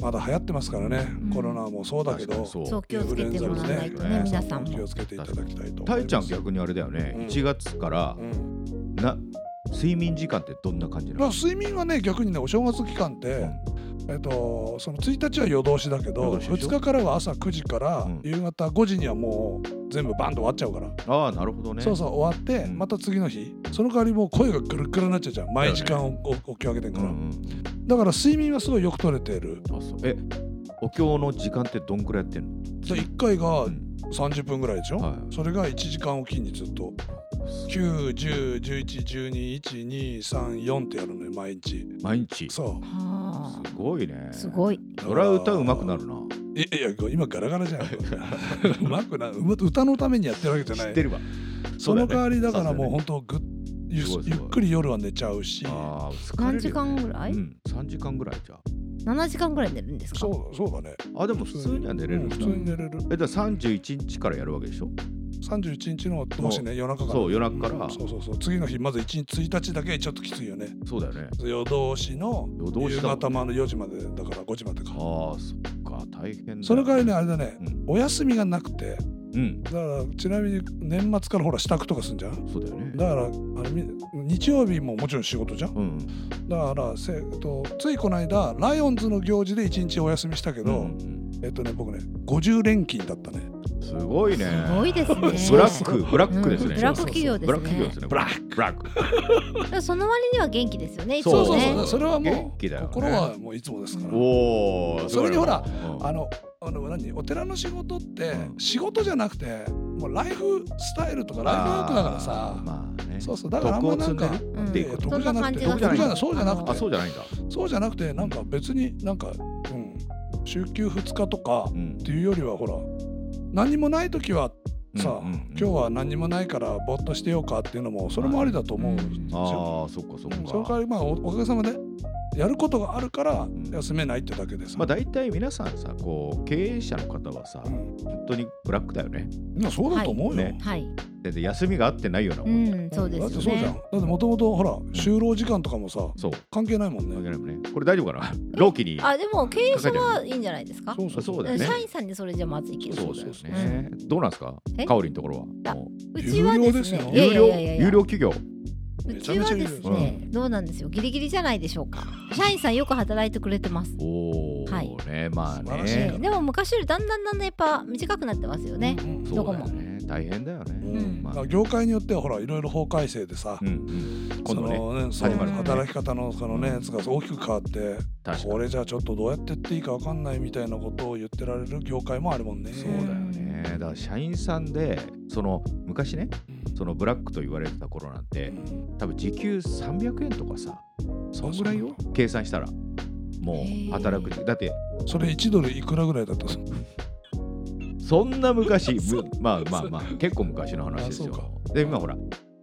Speaker 1: まだ流行ってますからね。
Speaker 3: うん
Speaker 1: コロナもそうだけ
Speaker 2: 確か
Speaker 1: ど
Speaker 2: に。そう
Speaker 3: そう気をつけてもらわないとね
Speaker 2: インフルエンザですね
Speaker 3: 皆さん
Speaker 1: 気
Speaker 3: も
Speaker 1: を。つけていただきたいと思います。
Speaker 2: たいちゃん逆にあれだよね、
Speaker 1: うん
Speaker 2: 1月から
Speaker 1: うん。
Speaker 2: な睡眠時間ってどんな感じな
Speaker 1: まあ
Speaker 2: の、
Speaker 1: 睡眠はね逆にねお正月期間って。えっと、その1日は夜通しだけど
Speaker 2: 夜通しでしょ
Speaker 1: 2日からは朝9時から
Speaker 2: うん
Speaker 1: 夕方5時にはもう全部バンと終わっちゃうから、
Speaker 2: ああなるほどね
Speaker 1: そうそう終わって、
Speaker 2: うん
Speaker 1: また次の日その代わりもう声がぐるぐるになっちゃうじゃん毎時間おおお経あげてん
Speaker 2: う
Speaker 1: か
Speaker 2: んう
Speaker 1: ら、
Speaker 2: ん、
Speaker 1: だから睡眠はすごいよく取れてる
Speaker 2: あそうえお経の時間ってどんくらいやってんの
Speaker 1: 1回が
Speaker 2: うん
Speaker 1: 30分ぐらいでしょ、
Speaker 2: はい
Speaker 1: それが1時間おきにずっと91011121234ってやるのよ毎日
Speaker 2: 毎日す
Speaker 1: そ
Speaker 3: は
Speaker 2: ごいね
Speaker 3: あすごい。
Speaker 1: う
Speaker 2: そりゃ歌うまくなるない
Speaker 1: いや今ガラガラじゃん (laughs) うまくなうま歌のためにやってるわけじゃ
Speaker 2: 知
Speaker 1: ない
Speaker 2: ってるわ
Speaker 1: その代わりだからもう
Speaker 2: そう
Speaker 1: 本当ぐっゆ
Speaker 2: すごいす
Speaker 1: ゆ
Speaker 2: ご
Speaker 1: っ
Speaker 2: い
Speaker 1: くり夜は寝ちゃうし
Speaker 2: ああ疲れるよね
Speaker 3: 何時間ぐらい、
Speaker 2: うん3時間ぐらいじゃ
Speaker 3: 7時間ぐらい寝るんですか
Speaker 1: そうそうだね
Speaker 2: ああでも普通には寝れ
Speaker 1: う
Speaker 2: る
Speaker 1: んん
Speaker 2: だ
Speaker 1: 普通に寝れる
Speaker 2: えだから31日からやるわけでしょ
Speaker 1: 31日のもしね夜中から
Speaker 2: そう夜中から
Speaker 1: うんそうそうそう次の日まず1日1日だけちょっときついよね
Speaker 2: そうだよね
Speaker 1: 夜通しの
Speaker 2: 夜通
Speaker 1: 夕
Speaker 2: しだもん
Speaker 1: 方まの4時までだから5時までか
Speaker 2: ああそっか大変だよ
Speaker 1: その代わりねあれだね、
Speaker 2: うん
Speaker 1: お休みがなくて
Speaker 2: うん
Speaker 1: だからちなみに年末からほら支度とかすんじゃん
Speaker 2: そうだよね
Speaker 1: だからあれみ日曜日ももちろん仕事じゃん
Speaker 2: うん
Speaker 1: だからせ、えっと、ついこの間ライオンズの行事で一日お休みしたけ
Speaker 2: う
Speaker 1: ど、
Speaker 2: んうん
Speaker 1: えっとね僕ね50連勤だったね
Speaker 2: すごいね
Speaker 3: すごいですね
Speaker 2: ブラックブラックですね、
Speaker 3: うんブラック企業で
Speaker 2: ブ
Speaker 3: すね
Speaker 2: ラック企業ですね
Speaker 1: ブラック
Speaker 2: ブラック
Speaker 3: だからその割には元気ですよねいつ
Speaker 2: そう
Speaker 1: そう
Speaker 3: も
Speaker 1: そう
Speaker 3: ね
Speaker 1: そうそれはも
Speaker 2: 元
Speaker 1: う、
Speaker 2: 気だよね
Speaker 1: 心はもういつもですから
Speaker 2: おお
Speaker 1: それにほらあ
Speaker 2: あ
Speaker 1: のあの何お寺の仕事って
Speaker 2: うん
Speaker 1: 仕事じゃなくてもうライフスタイルとかライフワークだからさ
Speaker 2: まあね
Speaker 1: そうそうだからあんまなんか
Speaker 2: 徳を積んでる
Speaker 3: うん
Speaker 2: っていうこと
Speaker 1: いや
Speaker 3: そんな感じが
Speaker 2: 得じゃな
Speaker 1: 得
Speaker 2: い
Speaker 1: じゃないそうじゃなくて
Speaker 2: あそうじゃないんだ
Speaker 1: そうじゃなくてなんか別になんか、うん、週休2日とか
Speaker 2: うん
Speaker 1: っていうよりはほら何もない時はさあ、
Speaker 2: うんうんうん
Speaker 1: 今日は何もないからぼーっとしてようかっていうのもそれもありだと思うんですよ。
Speaker 2: ああそっかそっ
Speaker 1: うんその代
Speaker 2: か
Speaker 1: わりまあおおかげさまでやることがあるから
Speaker 2: ん
Speaker 1: 休めないってだけでさ。
Speaker 2: まあ大体皆さんさこう経営者の方はさ
Speaker 1: うん
Speaker 2: 本当にブラックだよね
Speaker 1: いやそうだと思うよ。
Speaker 2: はいね
Speaker 3: はい
Speaker 2: だって休みがあってないような
Speaker 3: う
Speaker 2: もんだよ
Speaker 3: んそうで
Speaker 1: だってそう
Speaker 3: す
Speaker 1: じ
Speaker 3: よ
Speaker 1: ゃん。だっ
Speaker 3: ね
Speaker 1: てもともとほら就労時間とかもさ
Speaker 2: そう
Speaker 1: 関係ないもんね。
Speaker 2: 関係ないもんねこれ大丈夫かな老期に
Speaker 3: あでも経営者はいいんじゃないですか
Speaker 1: そうそう
Speaker 2: そうだ
Speaker 3: う
Speaker 2: よ
Speaker 3: ん
Speaker 2: ね
Speaker 3: 社員さんでそれじゃまずいけど
Speaker 2: そうだよねどうなんですか
Speaker 3: え
Speaker 2: かおりんところ
Speaker 3: や
Speaker 2: はも
Speaker 3: うちはです
Speaker 1: 有
Speaker 3: ね
Speaker 1: 料ですよ
Speaker 2: う
Speaker 3: いや
Speaker 2: 有
Speaker 3: いや
Speaker 2: 料
Speaker 3: いやいや
Speaker 2: 有料企業
Speaker 3: うちはですね、どうなんですよギリギリじゃないでしょうか社員さんよく働いてくれてます、
Speaker 2: おお
Speaker 3: はい
Speaker 2: ねまあ
Speaker 1: 素晴らしい
Speaker 2: ね
Speaker 1: ね
Speaker 3: でも昔よりだんだんだんだんやっぱ短くなってますよね、
Speaker 1: うん
Speaker 2: そうだよね大変だよ
Speaker 1: う
Speaker 2: ね
Speaker 1: ん
Speaker 2: まあ
Speaker 1: だから業界によってはほらいろいろ法改正でさ
Speaker 2: う。んうん
Speaker 1: そ
Speaker 2: 今度ね
Speaker 1: のね、そ
Speaker 2: 始
Speaker 3: まる
Speaker 1: の
Speaker 3: からね
Speaker 1: 働き方のそのね、やつが大きく変わって、
Speaker 2: 確か
Speaker 1: こ
Speaker 2: に
Speaker 1: れじゃちょっとどうやってっていいかわかんないみたいなことを言ってられる業界もあるもんね。
Speaker 2: そうだよねだから社員さんでその昔ねそのブラックと言われてた頃なんて多分時給300円とかさそんぐらいよ計算したらもう働く時だって
Speaker 1: それ1ドルいくらぐらいだったの
Speaker 2: そんな昔
Speaker 1: (laughs) そう
Speaker 2: むまあまあまあ結構昔の話です
Speaker 1: あそ
Speaker 2: よで今ほら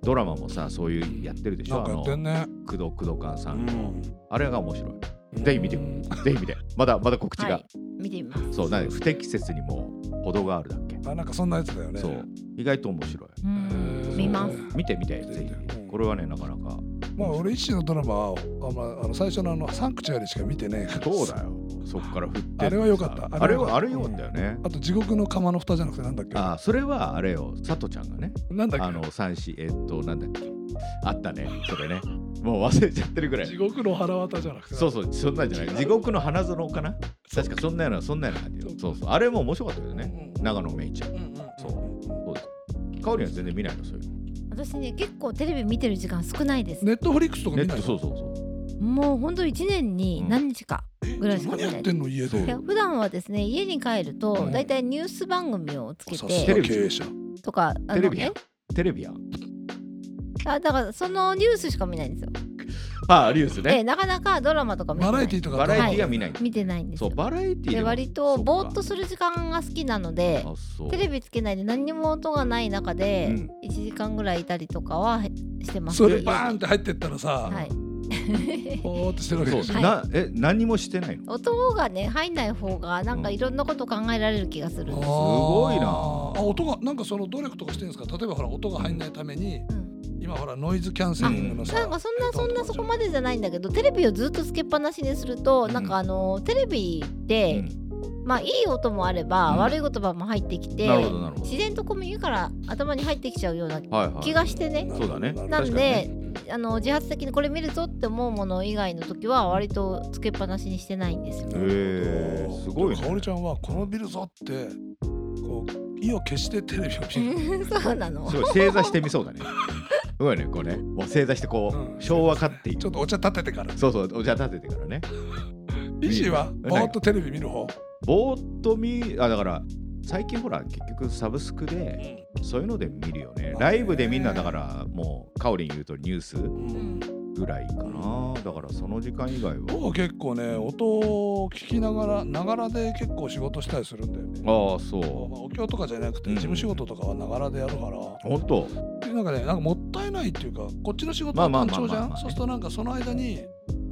Speaker 2: ドラマもさそういうやってるでし
Speaker 1: な
Speaker 2: ょ
Speaker 1: ん
Speaker 2: あ
Speaker 1: かや
Speaker 2: の
Speaker 1: ってんね。
Speaker 2: 工藤工藤官さ
Speaker 1: うん
Speaker 2: の
Speaker 1: ん
Speaker 2: あれが面白いぜひ見てぜひ見てまだまだ告知
Speaker 3: は
Speaker 2: が
Speaker 3: い見てみます
Speaker 2: そうなんで不適切にも程があるだっけ
Speaker 1: あ、なんかそんなやつだよね。
Speaker 2: そう意外と面白い
Speaker 3: うん見ます
Speaker 2: 見てみて
Speaker 1: 見て
Speaker 2: ぜ
Speaker 1: 見てうん
Speaker 2: ひこれはねなかなか
Speaker 1: まあ俺一種のドラマはあんまあの最初のあのサンクチュアリしか見てねえから
Speaker 2: そうだよそこから振って
Speaker 1: あれは良かった
Speaker 2: あれは
Speaker 1: あ
Speaker 2: あ
Speaker 1: れ
Speaker 2: れ
Speaker 1: は
Speaker 2: よかったよね
Speaker 1: あと地獄の釜の蓋じゃなくてなんだっけ
Speaker 2: あそれはあれよさとちゃんがね
Speaker 1: なんだ
Speaker 2: あ
Speaker 1: っ
Speaker 2: の三子えっとなんだっけあったねそれねもう忘れちゃってるぐら
Speaker 1: け
Speaker 2: い
Speaker 1: 地獄の腹渡じゃなくて
Speaker 2: そうそうそんなんじゃない地獄の花園かな確かそんなようなそんなような感じよそうそうあれも面白かったよね
Speaker 1: ね
Speaker 2: 長野めいちゃん
Speaker 1: うんうんうん
Speaker 2: そうそうですかおりんは全然見ないのそういうの
Speaker 3: 私ね結構テレビ見てる時間少ないです、
Speaker 1: ネットフリックスとか
Speaker 2: ネ
Speaker 1: 見
Speaker 2: ッ
Speaker 1: ない
Speaker 2: ト
Speaker 1: の
Speaker 2: そうそうそう
Speaker 3: もうほんと1年に何日かぐらいし
Speaker 1: 何
Speaker 3: か見ない
Speaker 1: やってんの家
Speaker 2: そう
Speaker 1: で
Speaker 3: いや普段はですね家に帰ると
Speaker 1: うん
Speaker 3: 大体ニュース番組をつけ
Speaker 1: さす
Speaker 2: テ
Speaker 1: が
Speaker 2: レ
Speaker 3: て
Speaker 2: ビ
Speaker 1: 経営者
Speaker 3: とかあの
Speaker 2: テレビや
Speaker 3: え
Speaker 2: テレビやん
Speaker 3: あだからそのニュースしか見ないんですよ、
Speaker 2: ああリュース
Speaker 3: え
Speaker 2: ね
Speaker 3: なかなかドラマとか見て
Speaker 1: バ
Speaker 3: な
Speaker 1: ラエ
Speaker 3: い
Speaker 1: ティーとか
Speaker 2: バラエティ
Speaker 1: は
Speaker 2: が見ない
Speaker 3: 見てないんです
Speaker 2: そ
Speaker 3: よ
Speaker 2: うバラエティ
Speaker 3: で
Speaker 2: でも
Speaker 3: 割
Speaker 2: そ
Speaker 3: と
Speaker 2: うか
Speaker 3: ぼーっとする時間が好きなので
Speaker 2: あそう
Speaker 3: テレビつけないで何にも音がない中で
Speaker 2: うん
Speaker 3: 1時間ぐらいいたりとかはへしてます
Speaker 1: それバーンって入ってったらさ
Speaker 2: (laughs)
Speaker 3: はい
Speaker 1: ぼーっとしてるわけでしょ
Speaker 2: そう、
Speaker 3: はい
Speaker 2: なえ何にもしてないの
Speaker 3: 音がね入んない方がなんかいろんなこと考えられる気がするんですよ、
Speaker 2: ごいな
Speaker 1: あーあ音がなんかその努力とかしてるんですか例えばほら音が入んないために、
Speaker 3: ん
Speaker 1: 今ほらノイズキャンセリングのさ
Speaker 3: なんかそんなそんなそこまでじゃないんだけどテレビをずっとつけっぱなしにすると、
Speaker 2: うん
Speaker 3: なんかあのテレビっ
Speaker 2: う
Speaker 3: て、
Speaker 2: ん
Speaker 3: まあいい音もあれば、
Speaker 2: うん
Speaker 3: 悪い言葉も入ってきて
Speaker 2: なるほどなるほど
Speaker 3: 自然とこう耳から頭に入ってきちゃうような
Speaker 2: はいはい
Speaker 3: 気がしてね、
Speaker 2: そうだね
Speaker 3: なん
Speaker 2: 確か
Speaker 3: で、あの自発的にこれ見るぞって思うもの以外の時は割とつけっぱなしにしてないんですよ。
Speaker 2: へえすごいね
Speaker 1: かおりちゃんはこのビルぞってこう意を決してテレビを見る
Speaker 3: (laughs) そうなの
Speaker 2: す。ごい正座してみそうだね。すごいね、こうね、もう正座してこう、
Speaker 1: うん
Speaker 2: 昭和かってい
Speaker 1: ちょ
Speaker 2: う。
Speaker 1: っとお茶立ててから
Speaker 2: そうそう、お茶立ててからね。
Speaker 1: 意思は
Speaker 2: え
Speaker 1: ぼーっとテレビ見る方
Speaker 2: ぼーっと見、あ、だから、最近ほら、結局サブスクで、そういうので見るよね。ライブでみんなだから、もう、かおりん言うとニュース
Speaker 1: うん
Speaker 2: ぐらいかな。だから、その時間以外
Speaker 1: 僕は結構ね音を聞きながらながらで結構仕事したりするんだよね
Speaker 2: は。ああ、そ
Speaker 1: まあま
Speaker 2: う。
Speaker 1: あお経とかじゃなくて
Speaker 2: うん
Speaker 1: 事務仕事とかはながらでやるから、
Speaker 2: 本当。
Speaker 1: でなんかねなんかもったいないっていうかこっちの仕事
Speaker 2: まあ
Speaker 1: は
Speaker 2: まあ
Speaker 1: 単
Speaker 2: まあまあ
Speaker 1: 調じゃ
Speaker 2: まあ
Speaker 1: ん
Speaker 2: ね
Speaker 1: そうするとなんかその間に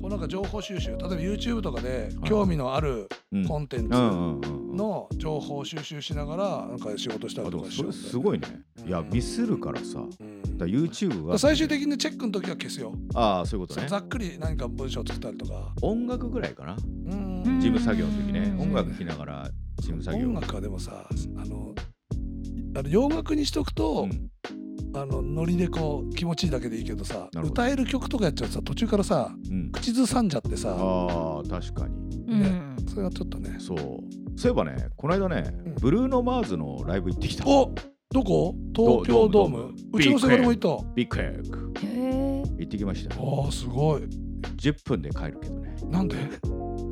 Speaker 1: こうなんか情報収集例えば YouTube とかで
Speaker 2: い
Speaker 1: 興味のある
Speaker 2: うん。
Speaker 1: コンテン
Speaker 2: う
Speaker 1: ツ
Speaker 2: んうんうん。
Speaker 1: の情報を収集しながらなんか仕事した
Speaker 2: あ、
Speaker 1: りと
Speaker 2: でも、
Speaker 1: かしよ
Speaker 2: それ
Speaker 1: う
Speaker 2: すごいね。いや、ミスるからさ。だか
Speaker 1: うん
Speaker 2: ら YouTube
Speaker 1: だから
Speaker 2: は。
Speaker 1: 最終的にチェックの時は消すよ、
Speaker 2: ああ、そういうことね
Speaker 1: ざ。っくり何か文章作ったりとか
Speaker 2: 音楽ぐらいかな。
Speaker 1: うんうん
Speaker 2: 事務作業の時ね
Speaker 3: うん
Speaker 2: 音楽聴きながら事務作業
Speaker 1: 音楽はでもさあのあの洋楽にしとくと、
Speaker 2: うん
Speaker 1: あのノリでこう気持ちいいだけでいいけどさ
Speaker 2: なるほど
Speaker 1: 歌える曲とかやっちゃうとさ途中からさ
Speaker 2: うん
Speaker 1: 口ずさんじゃってさ
Speaker 2: あー確かに
Speaker 3: うん
Speaker 1: それはちょっとね
Speaker 2: そうそういえばねこの間ね
Speaker 1: うん
Speaker 2: ブルーノ・マーズのライブ行ってきた
Speaker 1: おどこ東京ドーム
Speaker 2: ドーム
Speaker 1: うちのせがれも行ったあ
Speaker 2: ビッグエッグ
Speaker 3: へえ
Speaker 2: 行ってきましたよ
Speaker 1: ーすごい
Speaker 2: 10分で帰るけどね
Speaker 1: なんで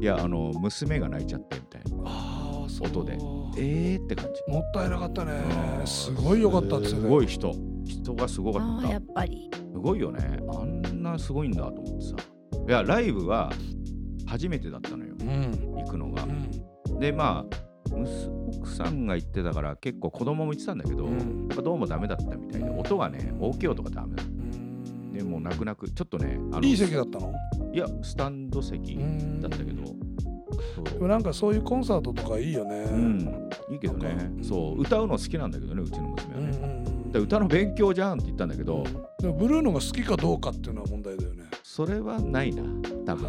Speaker 2: いやあの娘が泣いちゃってみたいな
Speaker 1: ああそう
Speaker 2: 音で
Speaker 1: も
Speaker 2: えーって感じ
Speaker 1: ったいなかったね
Speaker 2: うん
Speaker 1: すごいよかったっつって
Speaker 2: す
Speaker 1: ね
Speaker 2: ごい人人がすごか
Speaker 3: あ
Speaker 2: っ
Speaker 3: あ
Speaker 2: た
Speaker 3: やっぱり
Speaker 2: すごいよねあんなすごいんだと思ってさいやライブは初めてだったのよ
Speaker 1: うん
Speaker 2: 行くのが
Speaker 1: うん
Speaker 2: でまあむす奥さんが行ってたから結構子供も行ってたんだけど、
Speaker 1: うん
Speaker 2: やっぱどうもダメだったみたいで音がね大きい音がダメだっ
Speaker 1: うん
Speaker 2: たでもう泣く泣くちょっとねあの
Speaker 1: いい席だったの
Speaker 2: いやスタンド席
Speaker 1: うん
Speaker 2: だったけど、
Speaker 1: で
Speaker 2: そう
Speaker 1: もなんかそういうコンサートとかいいよねう
Speaker 2: うんいいけどね
Speaker 1: なんか
Speaker 2: そう歌うの好きなんだけどねうちの娘は
Speaker 1: うんう
Speaker 2: ね、
Speaker 1: ん
Speaker 2: で歌の勉強じゃんって言ったんだけど、
Speaker 1: でもブルーノが好きかどうかっていうのは問題だよね
Speaker 2: それはないな多分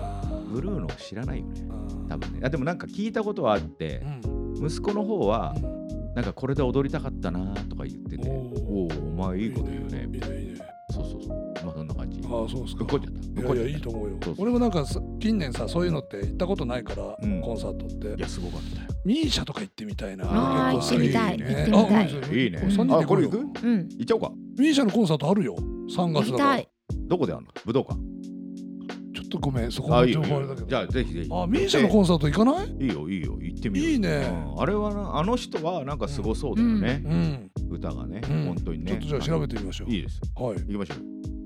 Speaker 2: ブルーの知らないよね多分ねあでもなんか聞いたことはあって
Speaker 1: う、ん
Speaker 2: 息子の方は
Speaker 1: うん
Speaker 2: なんかこれで踊りたかったなとか言ってて、
Speaker 1: おー
Speaker 2: おおーお前いいこと言うね
Speaker 1: いいねいいね
Speaker 2: そうそうそうまあそんな感じぶっ
Speaker 1: ああそうですか
Speaker 2: こんじゃったぶっ
Speaker 1: い
Speaker 2: こ
Speaker 1: やい
Speaker 2: んじ
Speaker 1: や
Speaker 2: ゃった
Speaker 1: いいと思うよ
Speaker 2: そうそう
Speaker 1: 俺もなんかさ近年さそういうのって行ったことないから、
Speaker 2: うん
Speaker 1: コンサートっ
Speaker 2: い
Speaker 1: て
Speaker 2: やすごかったよ
Speaker 1: ミーシャとか行ってみたいな
Speaker 3: あー
Speaker 1: 結構好き
Speaker 3: 行ってみ
Speaker 1: ね
Speaker 3: たい行ってみたい
Speaker 1: あそうです
Speaker 2: いいね
Speaker 1: 三人で
Speaker 2: あこれ行
Speaker 1: よ
Speaker 2: く
Speaker 3: うん
Speaker 2: 行っちゃおうか
Speaker 1: ミーシャのコンサートあるよ3
Speaker 3: 行
Speaker 1: 月だ
Speaker 3: き
Speaker 1: か
Speaker 3: た
Speaker 1: ら
Speaker 3: い
Speaker 1: ち
Speaker 2: どこでやるの武道館
Speaker 1: ょっとごめんそこの
Speaker 2: いい
Speaker 1: 情
Speaker 2: よ
Speaker 1: 報あれだけ
Speaker 2: じ
Speaker 1: ど
Speaker 2: ゃあぜひぜひ
Speaker 1: あミーシャのコンサート行かない
Speaker 2: いいよいいよ行ってみよう
Speaker 1: いいね
Speaker 2: うんあれはなあの人はなんかすごそうだよね
Speaker 1: う、ん、
Speaker 2: 歌がね、
Speaker 1: うん
Speaker 2: 本当にね
Speaker 1: ちょっとじゃあ調べてみましょう
Speaker 2: いいです
Speaker 1: はい
Speaker 2: 行きましょ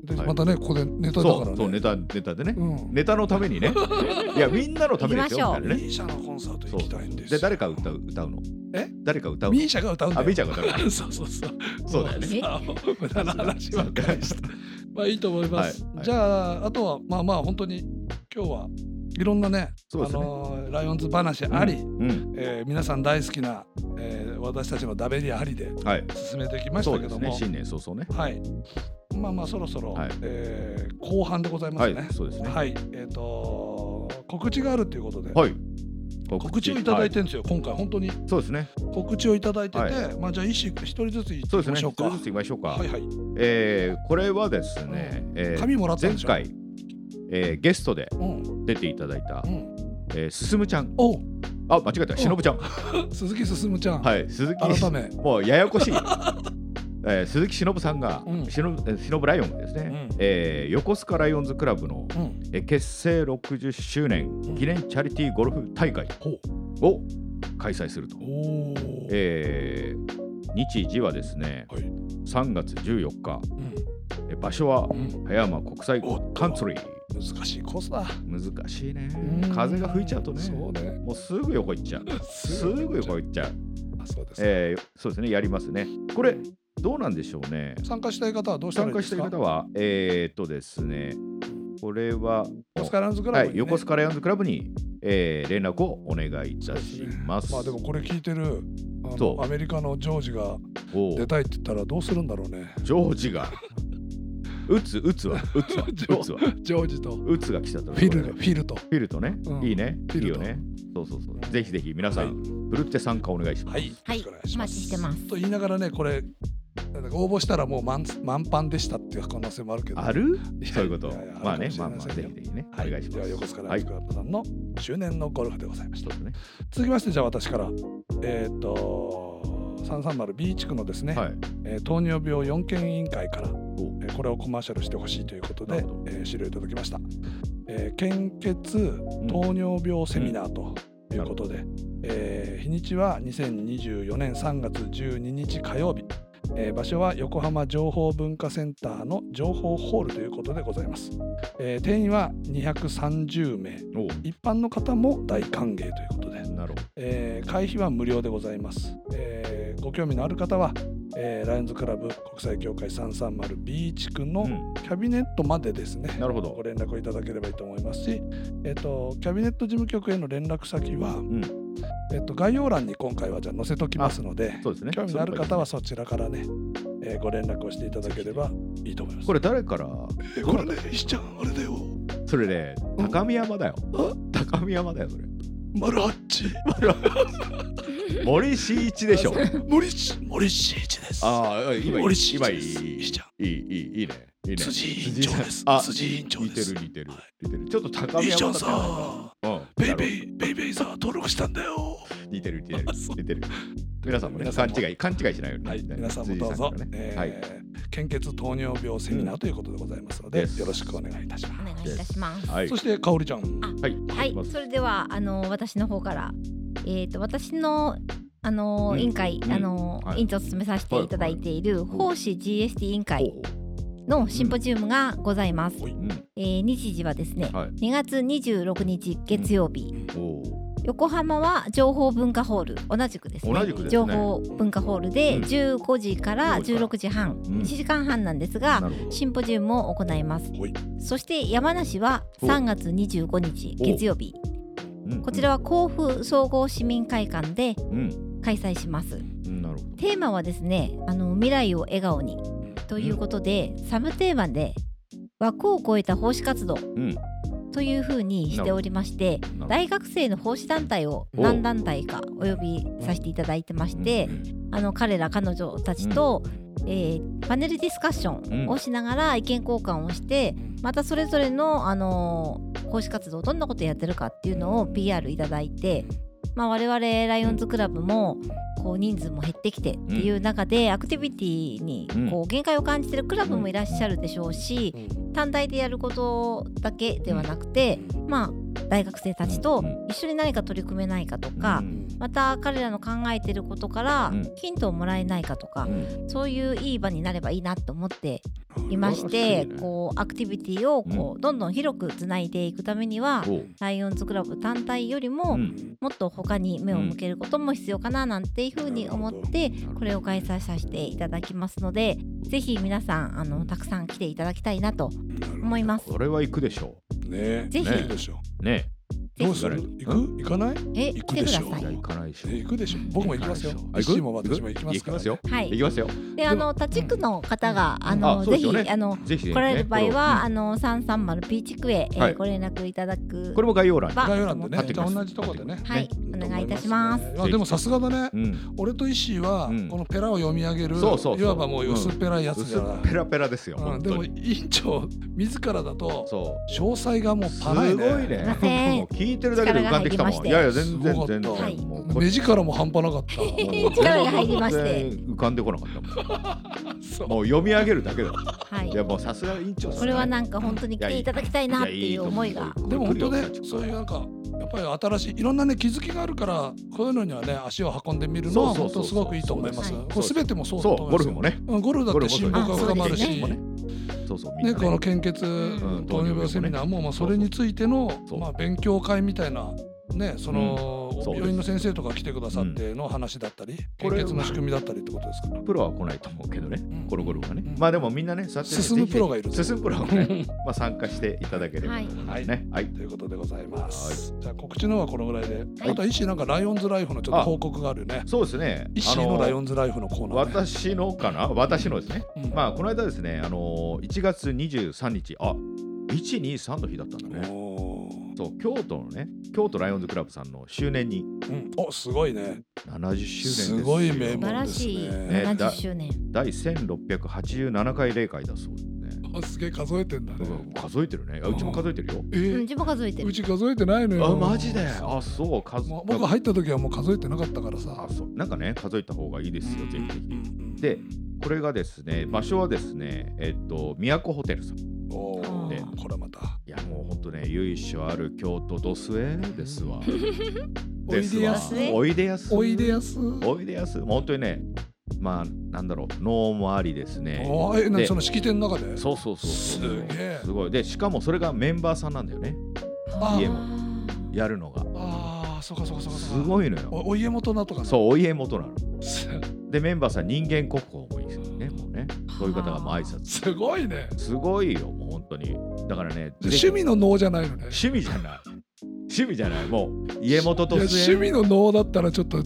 Speaker 1: で
Speaker 2: はい
Speaker 1: またねここでネタ
Speaker 2: う
Speaker 1: だ
Speaker 2: そ
Speaker 1: から
Speaker 2: う
Speaker 1: ね
Speaker 2: そうネタネタでね、
Speaker 1: うん
Speaker 2: ネタのため
Speaker 1: (laughs)
Speaker 2: にねいやみんなのためですよ
Speaker 3: 行き
Speaker 2: みたい
Speaker 3: ましょう
Speaker 2: な
Speaker 1: ミ
Speaker 2: ね
Speaker 1: ーシャのコンサート行きたいんです
Speaker 2: で
Speaker 1: よ
Speaker 2: 誰か歌う歌うの
Speaker 1: え
Speaker 2: 誰か歌うの
Speaker 1: ミーシャが歌うんだ
Speaker 2: あ
Speaker 1: よ
Speaker 2: みーちゃんが歌う
Speaker 1: (laughs)
Speaker 2: の
Speaker 1: そうそうそう
Speaker 2: そうだよね
Speaker 3: え
Speaker 1: あ無駄な話 (laughs) ばっかりした。まあいいと思います。
Speaker 2: はいはい
Speaker 1: じゃああとはまあまあ本当に今日はいろんなね
Speaker 2: そうですね
Speaker 1: あのーライオンズ話あり、
Speaker 2: うん
Speaker 1: えー皆さん大好きな、えー私たちのダベリアありで
Speaker 2: はい
Speaker 1: 進めてきまし
Speaker 2: そ
Speaker 1: た
Speaker 2: う
Speaker 1: け
Speaker 2: です
Speaker 1: ど
Speaker 2: ね
Speaker 1: も、
Speaker 2: 新年早々ね
Speaker 1: はい。まあまあそろそろ、
Speaker 2: はい
Speaker 1: えー後半でございま
Speaker 2: は
Speaker 1: すね
Speaker 2: い。そうですね
Speaker 1: はい。えっ、と告知があるということで。
Speaker 2: はい
Speaker 1: 告知をいただい
Speaker 2: は
Speaker 1: てるんですよ、今回本当に
Speaker 2: そうですね
Speaker 1: 告知をいただいてて、
Speaker 2: は
Speaker 1: まあじゃあ一種一人ずついき
Speaker 2: そうです
Speaker 1: ま
Speaker 2: ね
Speaker 1: し
Speaker 2: ち
Speaker 1: ょ
Speaker 2: ょ
Speaker 1: う
Speaker 2: っ
Speaker 1: か
Speaker 2: とずつ行きましょうか、
Speaker 1: はいはい
Speaker 2: えーこれはですね、えー
Speaker 1: 紙もらったん
Speaker 2: 前
Speaker 1: でしょ
Speaker 2: 回、えーゲストで
Speaker 1: うん
Speaker 2: 出ていただいた
Speaker 1: う、ん、
Speaker 2: えー、すすむちゃん
Speaker 1: お
Speaker 2: あ間違えたしのぶちゃん
Speaker 1: 鈴木進ちゃん、
Speaker 2: はい鈴木
Speaker 1: 改
Speaker 2: (laughs)
Speaker 1: め、
Speaker 2: もうやや
Speaker 1: (laughs)
Speaker 2: こしい、えー鈴木しのぶさんが、
Speaker 1: うん
Speaker 2: しのえーしのぶライオンがですね、
Speaker 1: うん
Speaker 2: えー横須賀ライオンズクラブの
Speaker 1: うん、
Speaker 2: えー結成60周年記念チャリティーゴルフ大会
Speaker 1: ほう
Speaker 2: を開催すると、
Speaker 1: おー
Speaker 2: えー日時はですね、
Speaker 1: はい
Speaker 2: 3月14日
Speaker 1: うん
Speaker 2: えー場所は
Speaker 1: うん、
Speaker 2: 葉山国際
Speaker 1: おっと
Speaker 2: カントリー
Speaker 1: 難しいコースだ、
Speaker 2: 難しいね
Speaker 1: うん
Speaker 2: 風が吹いちゃうとね
Speaker 1: そうね
Speaker 2: もうすぐ横行っちゃうすぐ横行っちゃう、
Speaker 1: あそうです、
Speaker 2: えーそうですねやりますねこれどうなんでしょうね
Speaker 1: 参加したい方はどうしたらいいで
Speaker 2: 参加し
Speaker 1: す
Speaker 2: て
Speaker 1: か
Speaker 2: る方は、えーっとですね、これは、
Speaker 1: 横須賀ランズクラ
Speaker 2: は
Speaker 1: ブ、ね
Speaker 2: い、横須賀ライオンズクラブに、えー連絡をお願いいたします。
Speaker 1: まあでもこれ聞いてるあの
Speaker 2: そう
Speaker 1: アメリカのジョージが
Speaker 2: おう
Speaker 1: 出たいって言ったらどうするんだろうね
Speaker 2: ジョージが、打つ、打つは、打つは、
Speaker 1: (laughs) ジョ
Speaker 2: 打つは、
Speaker 1: ジョージと
Speaker 2: 打つが来ちゃった
Speaker 1: フィルフ
Speaker 2: フ
Speaker 1: ィルと
Speaker 2: ィルとね、
Speaker 1: うん
Speaker 2: いいね、
Speaker 1: フィルと
Speaker 2: いいよね。そうそうそう。ぜひぜひ皆さ
Speaker 1: はい
Speaker 2: ん、ふるって参加お願いします。
Speaker 1: はい、
Speaker 3: はい
Speaker 1: よろしくお願いしま
Speaker 3: お待ち
Speaker 1: す
Speaker 3: してます
Speaker 1: と言いながらねこれなんか応募したらもう満満帆でしたっていう可能性もあるけど
Speaker 2: ある
Speaker 1: いや
Speaker 2: そういうこと
Speaker 1: いやいや。
Speaker 2: まあね
Speaker 1: ある、か
Speaker 2: まあ
Speaker 1: も
Speaker 2: ま
Speaker 1: しれませ
Speaker 2: あ、
Speaker 1: ん
Speaker 2: ぜ
Speaker 1: よ
Speaker 2: ひぜひね、お
Speaker 1: は
Speaker 2: 願いします。
Speaker 1: では横須賀
Speaker 2: は
Speaker 1: ライ
Speaker 2: い
Speaker 1: ズクラブさんの周年のゴルフでございました
Speaker 2: そうですね。
Speaker 1: 続きましてじゃあ私からえっ、と 330B 地区のですね、
Speaker 2: はい。
Speaker 1: えー糖尿病4件委員会から、
Speaker 2: お
Speaker 1: えーこれをコマーシャルしてほしいということ
Speaker 2: な
Speaker 1: で
Speaker 2: るほど、
Speaker 1: えー資料いただきました、えー献血糖尿病セミナーということで、えー日にちは2024年3月12日火曜日、えー場所は横浜情報文化センターの情報ホールということでございます、えー定員は230名
Speaker 2: おう
Speaker 1: 一般の方も大歓迎ということで、
Speaker 2: なるほど。
Speaker 1: えー会費は無料でございます、えーご興味のある方は、えーライオンズクラブ国際協会 330B 地区の
Speaker 2: うん
Speaker 1: キャビネットまでですね、
Speaker 2: なるほど
Speaker 1: ご。連絡をいただければいいと思いますし、えっとキャビネット事務局への連絡先は、
Speaker 2: ん
Speaker 1: えっと概要欄に今回はじゃあ載せときますので
Speaker 2: そうですね。
Speaker 1: 興味のある方はそちらからね、えーご連絡をしていただければいいと思います。
Speaker 2: これ誰から
Speaker 1: え
Speaker 2: どなた
Speaker 1: ね、ひしちゃん、あれだよ。
Speaker 2: それね、
Speaker 1: うん
Speaker 2: 高見山だよ
Speaker 1: あ。
Speaker 2: 高見山だよ、それ。
Speaker 1: 丸八。
Speaker 2: 森進一でしょ。
Speaker 1: (laughs) 森し森進一です。
Speaker 2: ああ、今いい。
Speaker 1: 森進一
Speaker 2: 今い
Speaker 1: です
Speaker 2: い。いい
Speaker 1: いいじゃん
Speaker 2: いい、いい、いいね。いいね。
Speaker 1: 辻委員長です
Speaker 2: あ
Speaker 1: 辻委員長
Speaker 2: 似て
Speaker 1: です
Speaker 2: る、似てる。似てる。ちょっと高め
Speaker 1: いいじゃん
Speaker 2: 山だっ
Speaker 1: さ。
Speaker 2: たよね。
Speaker 1: ペイペ
Speaker 2: イ。
Speaker 1: イペイペイさ登録したんだよ。
Speaker 2: 似てる、似てる
Speaker 1: あそ。う
Speaker 2: 似てる。皆さんもね、
Speaker 1: 皆さん
Speaker 2: 勘
Speaker 1: も
Speaker 2: 違い、勘違いしないようにね。
Speaker 1: はい、皆さんもどうぞ、
Speaker 2: 辻井さんからね
Speaker 1: えー
Speaker 2: はい。
Speaker 1: 献血糖尿病セミナーということでございますので、
Speaker 2: です
Speaker 1: よろしくお願いいたし
Speaker 3: お
Speaker 1: ます。
Speaker 3: 願いいたします。
Speaker 2: はい
Speaker 1: そ。して、かおりちゃん。
Speaker 2: はい。お
Speaker 3: は
Speaker 2: 願
Speaker 3: い
Speaker 2: しま、す
Speaker 3: それではあの私の方から、えー、と私のあの、
Speaker 2: うん
Speaker 3: 委員会、
Speaker 2: うん
Speaker 3: あの
Speaker 2: はい
Speaker 3: 委員長を務めさせていただいている、
Speaker 2: いはい
Speaker 3: 奉仕 GST 委員
Speaker 2: ほう
Speaker 3: 会
Speaker 2: ほ
Speaker 3: のシンポジウムがございます。
Speaker 1: おいう
Speaker 2: うん。
Speaker 3: えー日時はですね、
Speaker 2: はい。
Speaker 3: 2月26日月曜日、
Speaker 2: おお。
Speaker 3: 横浜は情報文化ホール同じくですね
Speaker 2: 同じくですね
Speaker 3: 情報文化ホールで
Speaker 2: うん
Speaker 3: 15時から16時半、
Speaker 2: うん
Speaker 3: 1時間半なんですが、
Speaker 2: なるほど。
Speaker 3: シンポジウムを行います
Speaker 1: はい
Speaker 3: そして山梨は3月25日
Speaker 2: お
Speaker 3: 月曜日
Speaker 2: うん
Speaker 3: こちらは甲府総合市民会館で
Speaker 2: うん。
Speaker 3: 開催します
Speaker 2: うんなるほど。
Speaker 3: テーマはですねあの未来を笑顔にということで、サブテーマで枠を超えた奉仕活動
Speaker 2: うん。
Speaker 3: というふうにしておりまして
Speaker 2: なるほど
Speaker 3: 大学生の奉仕団体を何団体かお呼びさせていただいてましてあの彼ら彼女たちと、えーパネルディスカッションをしながら意見交換をしてまたそれぞれの、あのー奉仕活動どんなことやってるかっていうのを PR いただいて、まあ、我々ライオンズクラブもこう人数も減ってきてっていう中でアクティビティにこう限界を感じてるクラブもいらっしゃるでしょうし単体でやることだけではなくて、まあ、大学生たちと一緒に何か取り組めないかとか。また彼らの考えてることから
Speaker 2: うん
Speaker 3: ヒントをもらえないかとか、そういういい場になればいいなと思っていまし
Speaker 2: 素晴ら
Speaker 3: て
Speaker 2: しいね
Speaker 3: こうアクティビティをこうどんどん広くつないでいくためには
Speaker 2: おう
Speaker 3: ライオンズクラブ単体よりも、
Speaker 2: うん
Speaker 3: もっと他に目を向けることも必要かななんていうふうに思って
Speaker 2: ほど
Speaker 3: これを開催させていただきますのでぜひ皆さんあのたくさん来ていただきたいなと思います。
Speaker 2: これは行くでしょ
Speaker 1: ね
Speaker 3: ぜひ
Speaker 1: 行くでしょ。
Speaker 2: う。ね。
Speaker 1: どうする
Speaker 2: ぜひ
Speaker 1: 行く行かない
Speaker 3: え
Speaker 1: 行
Speaker 3: 来
Speaker 1: く
Speaker 3: て
Speaker 1: で
Speaker 3: く
Speaker 1: し
Speaker 3: だ
Speaker 1: ょ
Speaker 3: さ
Speaker 2: じゃあ
Speaker 3: い。
Speaker 2: 行かないでしょ。
Speaker 1: 行くでしょ。僕も行きますよ
Speaker 2: 行か。ないでしょ
Speaker 1: 石井も私も行きますから。
Speaker 2: よ。
Speaker 3: は
Speaker 2: 行
Speaker 3: い
Speaker 2: きますよ。
Speaker 3: であの他地区の方があの、
Speaker 2: あそう
Speaker 3: ぜ
Speaker 2: ですよ
Speaker 3: ひ
Speaker 2: ね
Speaker 3: あの
Speaker 2: ぜひね
Speaker 3: 来られる場合は、
Speaker 2: う
Speaker 3: あの三三丸 B 地区へ、えー
Speaker 2: はい
Speaker 3: ご連絡いただく
Speaker 2: んこれも概要欄に。
Speaker 3: は
Speaker 1: 概要欄でね。
Speaker 2: 貼ってき
Speaker 1: じゃ
Speaker 2: ま
Speaker 1: あ
Speaker 2: す
Speaker 1: 同じとこでね。
Speaker 3: はいお願いいたします。
Speaker 1: いやでもさすがだね
Speaker 2: う。ん。
Speaker 1: 俺と石井は
Speaker 2: うん
Speaker 1: このペラを読み上げる、
Speaker 2: そうそうそう
Speaker 1: いわばもう薄っぺらいやつじゃない。
Speaker 2: ペラペラですよ。
Speaker 1: うん
Speaker 2: 本
Speaker 1: で
Speaker 2: 当
Speaker 1: も
Speaker 2: に。
Speaker 1: 委員長自らだと
Speaker 2: そ
Speaker 1: 詳細がも
Speaker 2: う。
Speaker 1: う
Speaker 2: す
Speaker 1: パ
Speaker 2: ご
Speaker 1: ラ
Speaker 2: い
Speaker 1: いね。
Speaker 2: ね。
Speaker 3: すいません
Speaker 2: もう聞いてるだけで浮かんできたもん。
Speaker 3: 力が入りまして
Speaker 2: いやいや全
Speaker 1: す
Speaker 2: 然
Speaker 1: ごかった
Speaker 2: 全然。もうこ
Speaker 1: 目力も半端なかった。
Speaker 2: (laughs) もう
Speaker 3: 力が入りまして
Speaker 2: 全然浮かんでこなかったもん。
Speaker 1: そう
Speaker 2: もう読み上げるだけだ。
Speaker 3: はい
Speaker 2: いやもうさすが委員長さん。
Speaker 3: これは
Speaker 2: ん
Speaker 3: なんか本当に来ていただきたいなっていう思いが。
Speaker 1: でも本当ね
Speaker 2: 来るよ
Speaker 1: そういうなんかやっぱり新しいいろんなね気づきがあるからこういうのにはね足を運んでみるのは
Speaker 2: そう
Speaker 1: 本
Speaker 2: そうそう
Speaker 1: 当すごくいいと思います。
Speaker 3: そう
Speaker 2: です
Speaker 1: これ全てもそうだ
Speaker 2: そ
Speaker 1: と思
Speaker 2: う
Speaker 1: い
Speaker 2: ゴ
Speaker 1: ま
Speaker 2: ル
Speaker 1: すよ
Speaker 2: フもね。
Speaker 1: うんゴルフだって進歩が深まるし。
Speaker 3: ゴル
Speaker 1: ね
Speaker 2: そうそう。
Speaker 1: この献血
Speaker 3: うん
Speaker 1: 糖尿病セミナーもまあそれについての
Speaker 2: そう
Speaker 1: まあ勉強会みたいなねその
Speaker 2: うんそうです
Speaker 1: 病院の先生とか来てくださっての話だったり
Speaker 2: こ
Speaker 1: 献
Speaker 2: れ
Speaker 1: 血の仕組みだったりってことですから。
Speaker 2: プロは来ないと思うけどね、
Speaker 1: ん
Speaker 2: この頃はね、
Speaker 1: うん
Speaker 2: まあでもみんなね、そうやってね
Speaker 1: 進むプロがいる
Speaker 2: ぜひぜひ進むプロがね、
Speaker 1: (laughs)
Speaker 2: まあ参加していただければと思いますね。はい。
Speaker 1: ということでございます。じゃあ告知の方はこのぐらいで、
Speaker 3: はい
Speaker 1: あとは石井なんかライオンズライフのちょっと報告があるよね。
Speaker 2: そうですね。
Speaker 1: 石井のライオ
Speaker 2: ン
Speaker 1: ンズライフのコーナー、ね。
Speaker 2: 私のかな私のですね。
Speaker 1: うん
Speaker 2: まあこの間ですね、あのー、1月23日、あ123の日だったんだね。
Speaker 1: おー
Speaker 2: そう、京都のね、京都ライオンズクラブさんの周年に
Speaker 1: うん、おすごいね。
Speaker 2: 70周年です
Speaker 1: す
Speaker 2: よ。
Speaker 1: ごい名
Speaker 3: 素晴
Speaker 1: 門
Speaker 3: ら
Speaker 1: です
Speaker 3: しい
Speaker 1: ね。
Speaker 2: ねだ
Speaker 3: 70周年。
Speaker 2: 第1687回例会だそうですね。
Speaker 1: あすげえ数えてんだね。
Speaker 2: うん数えてるね。あうちも数えてるよ。
Speaker 1: え
Speaker 3: うん、
Speaker 1: ー
Speaker 3: 自分数えて
Speaker 1: う
Speaker 3: る。
Speaker 1: ち数えてないのよ。
Speaker 2: あ、マジで。あ、そう、数。
Speaker 1: もう僕入った時はもう数えてなかったからさ
Speaker 2: あ。そうなんかね数えた方がいいですよ、ぜひぜ
Speaker 1: うんうんうん
Speaker 2: ひ。で、これがですね、場所はですね、えっと、都ホテルさん。い
Speaker 1: おー
Speaker 2: ね
Speaker 1: これまた。
Speaker 2: や、もう本当ね、由緒ある京都ドスエですわ。
Speaker 1: おいでや
Speaker 3: す
Speaker 2: ですわおいでやす。
Speaker 1: おいでやす。
Speaker 2: おいでやす。もう本当にね、まあ、なんだろう、能もありですね。
Speaker 1: おーえ、な
Speaker 2: で
Speaker 1: その式典の中で。
Speaker 2: そうそうそう
Speaker 1: す
Speaker 2: そう。
Speaker 1: げえ
Speaker 2: す。ごい。で、しかもそれがメンバーさんなんだよね、
Speaker 1: あ
Speaker 2: 家
Speaker 1: ー
Speaker 2: もやるのが。
Speaker 1: あー、そうかそうかそうか
Speaker 2: す
Speaker 1: そうか。
Speaker 2: ごいのよ。
Speaker 1: おお家元なとかね。
Speaker 2: そう、お家元なの。
Speaker 1: す
Speaker 2: で、メンバーさん、人間国宝もいいですよね、もうね。そういう方がまあ挨拶
Speaker 1: すごいね。
Speaker 2: すごいよ、もう本当に。だからね、ぜひ
Speaker 1: 趣味の能じゃないのね。
Speaker 2: 趣味じゃない。趣味じゃない。もう、家元と
Speaker 1: いや
Speaker 2: つ
Speaker 1: 趣味の能だったらちょっと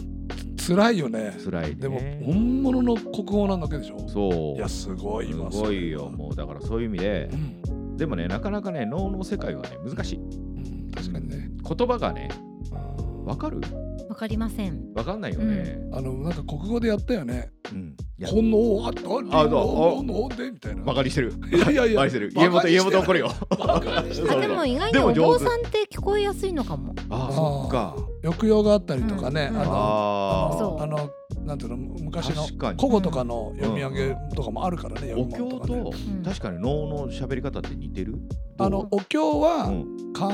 Speaker 1: 辛いよね。
Speaker 2: つらいね。
Speaker 1: でも本物の国語なんだけでしょ。
Speaker 2: そう。
Speaker 1: いやすごい
Speaker 2: す
Speaker 1: わ
Speaker 2: ごいよ、もうだからそういう意味で
Speaker 1: う、ん、
Speaker 2: でもね、なかなかね、脳の世界はね、難しい。
Speaker 1: うん、確かにね。
Speaker 2: 言葉がね、
Speaker 1: うん
Speaker 2: わかる
Speaker 3: わかりません。
Speaker 2: わかんないよね。
Speaker 1: あのなんか国語でやったよね。
Speaker 2: うん。いや
Speaker 1: このあと
Speaker 2: あ
Speaker 1: あ
Speaker 2: そう
Speaker 1: ののでみたいな。
Speaker 2: バカにしてる。
Speaker 1: いやいやい
Speaker 2: バカ
Speaker 1: や。
Speaker 2: にしてる。家
Speaker 1: バカ
Speaker 2: 元
Speaker 1: にして
Speaker 2: 家元怒るよ。
Speaker 1: バカにして
Speaker 2: そ
Speaker 3: あ
Speaker 1: る
Speaker 2: うそ
Speaker 3: で
Speaker 2: う
Speaker 3: も意外に
Speaker 2: でも
Speaker 3: お
Speaker 2: 上手
Speaker 3: 坊さんって聞こえやすいのかも。
Speaker 2: ああ
Speaker 1: ー
Speaker 2: そっか。
Speaker 1: 抑揚があったりとかね。
Speaker 3: うん
Speaker 1: あの
Speaker 2: あ
Speaker 3: そ
Speaker 2: あ。
Speaker 1: あ
Speaker 3: う
Speaker 1: のなんていうの昔の
Speaker 2: 確かに
Speaker 1: 古語とかの読み上げとかもあるからね。
Speaker 2: お
Speaker 1: 読み
Speaker 2: 経
Speaker 1: 物かね
Speaker 2: と
Speaker 3: うん
Speaker 2: 確かに能の喋り方って似てる。
Speaker 1: あのお経
Speaker 2: う
Speaker 1: は
Speaker 2: ん。
Speaker 1: 漢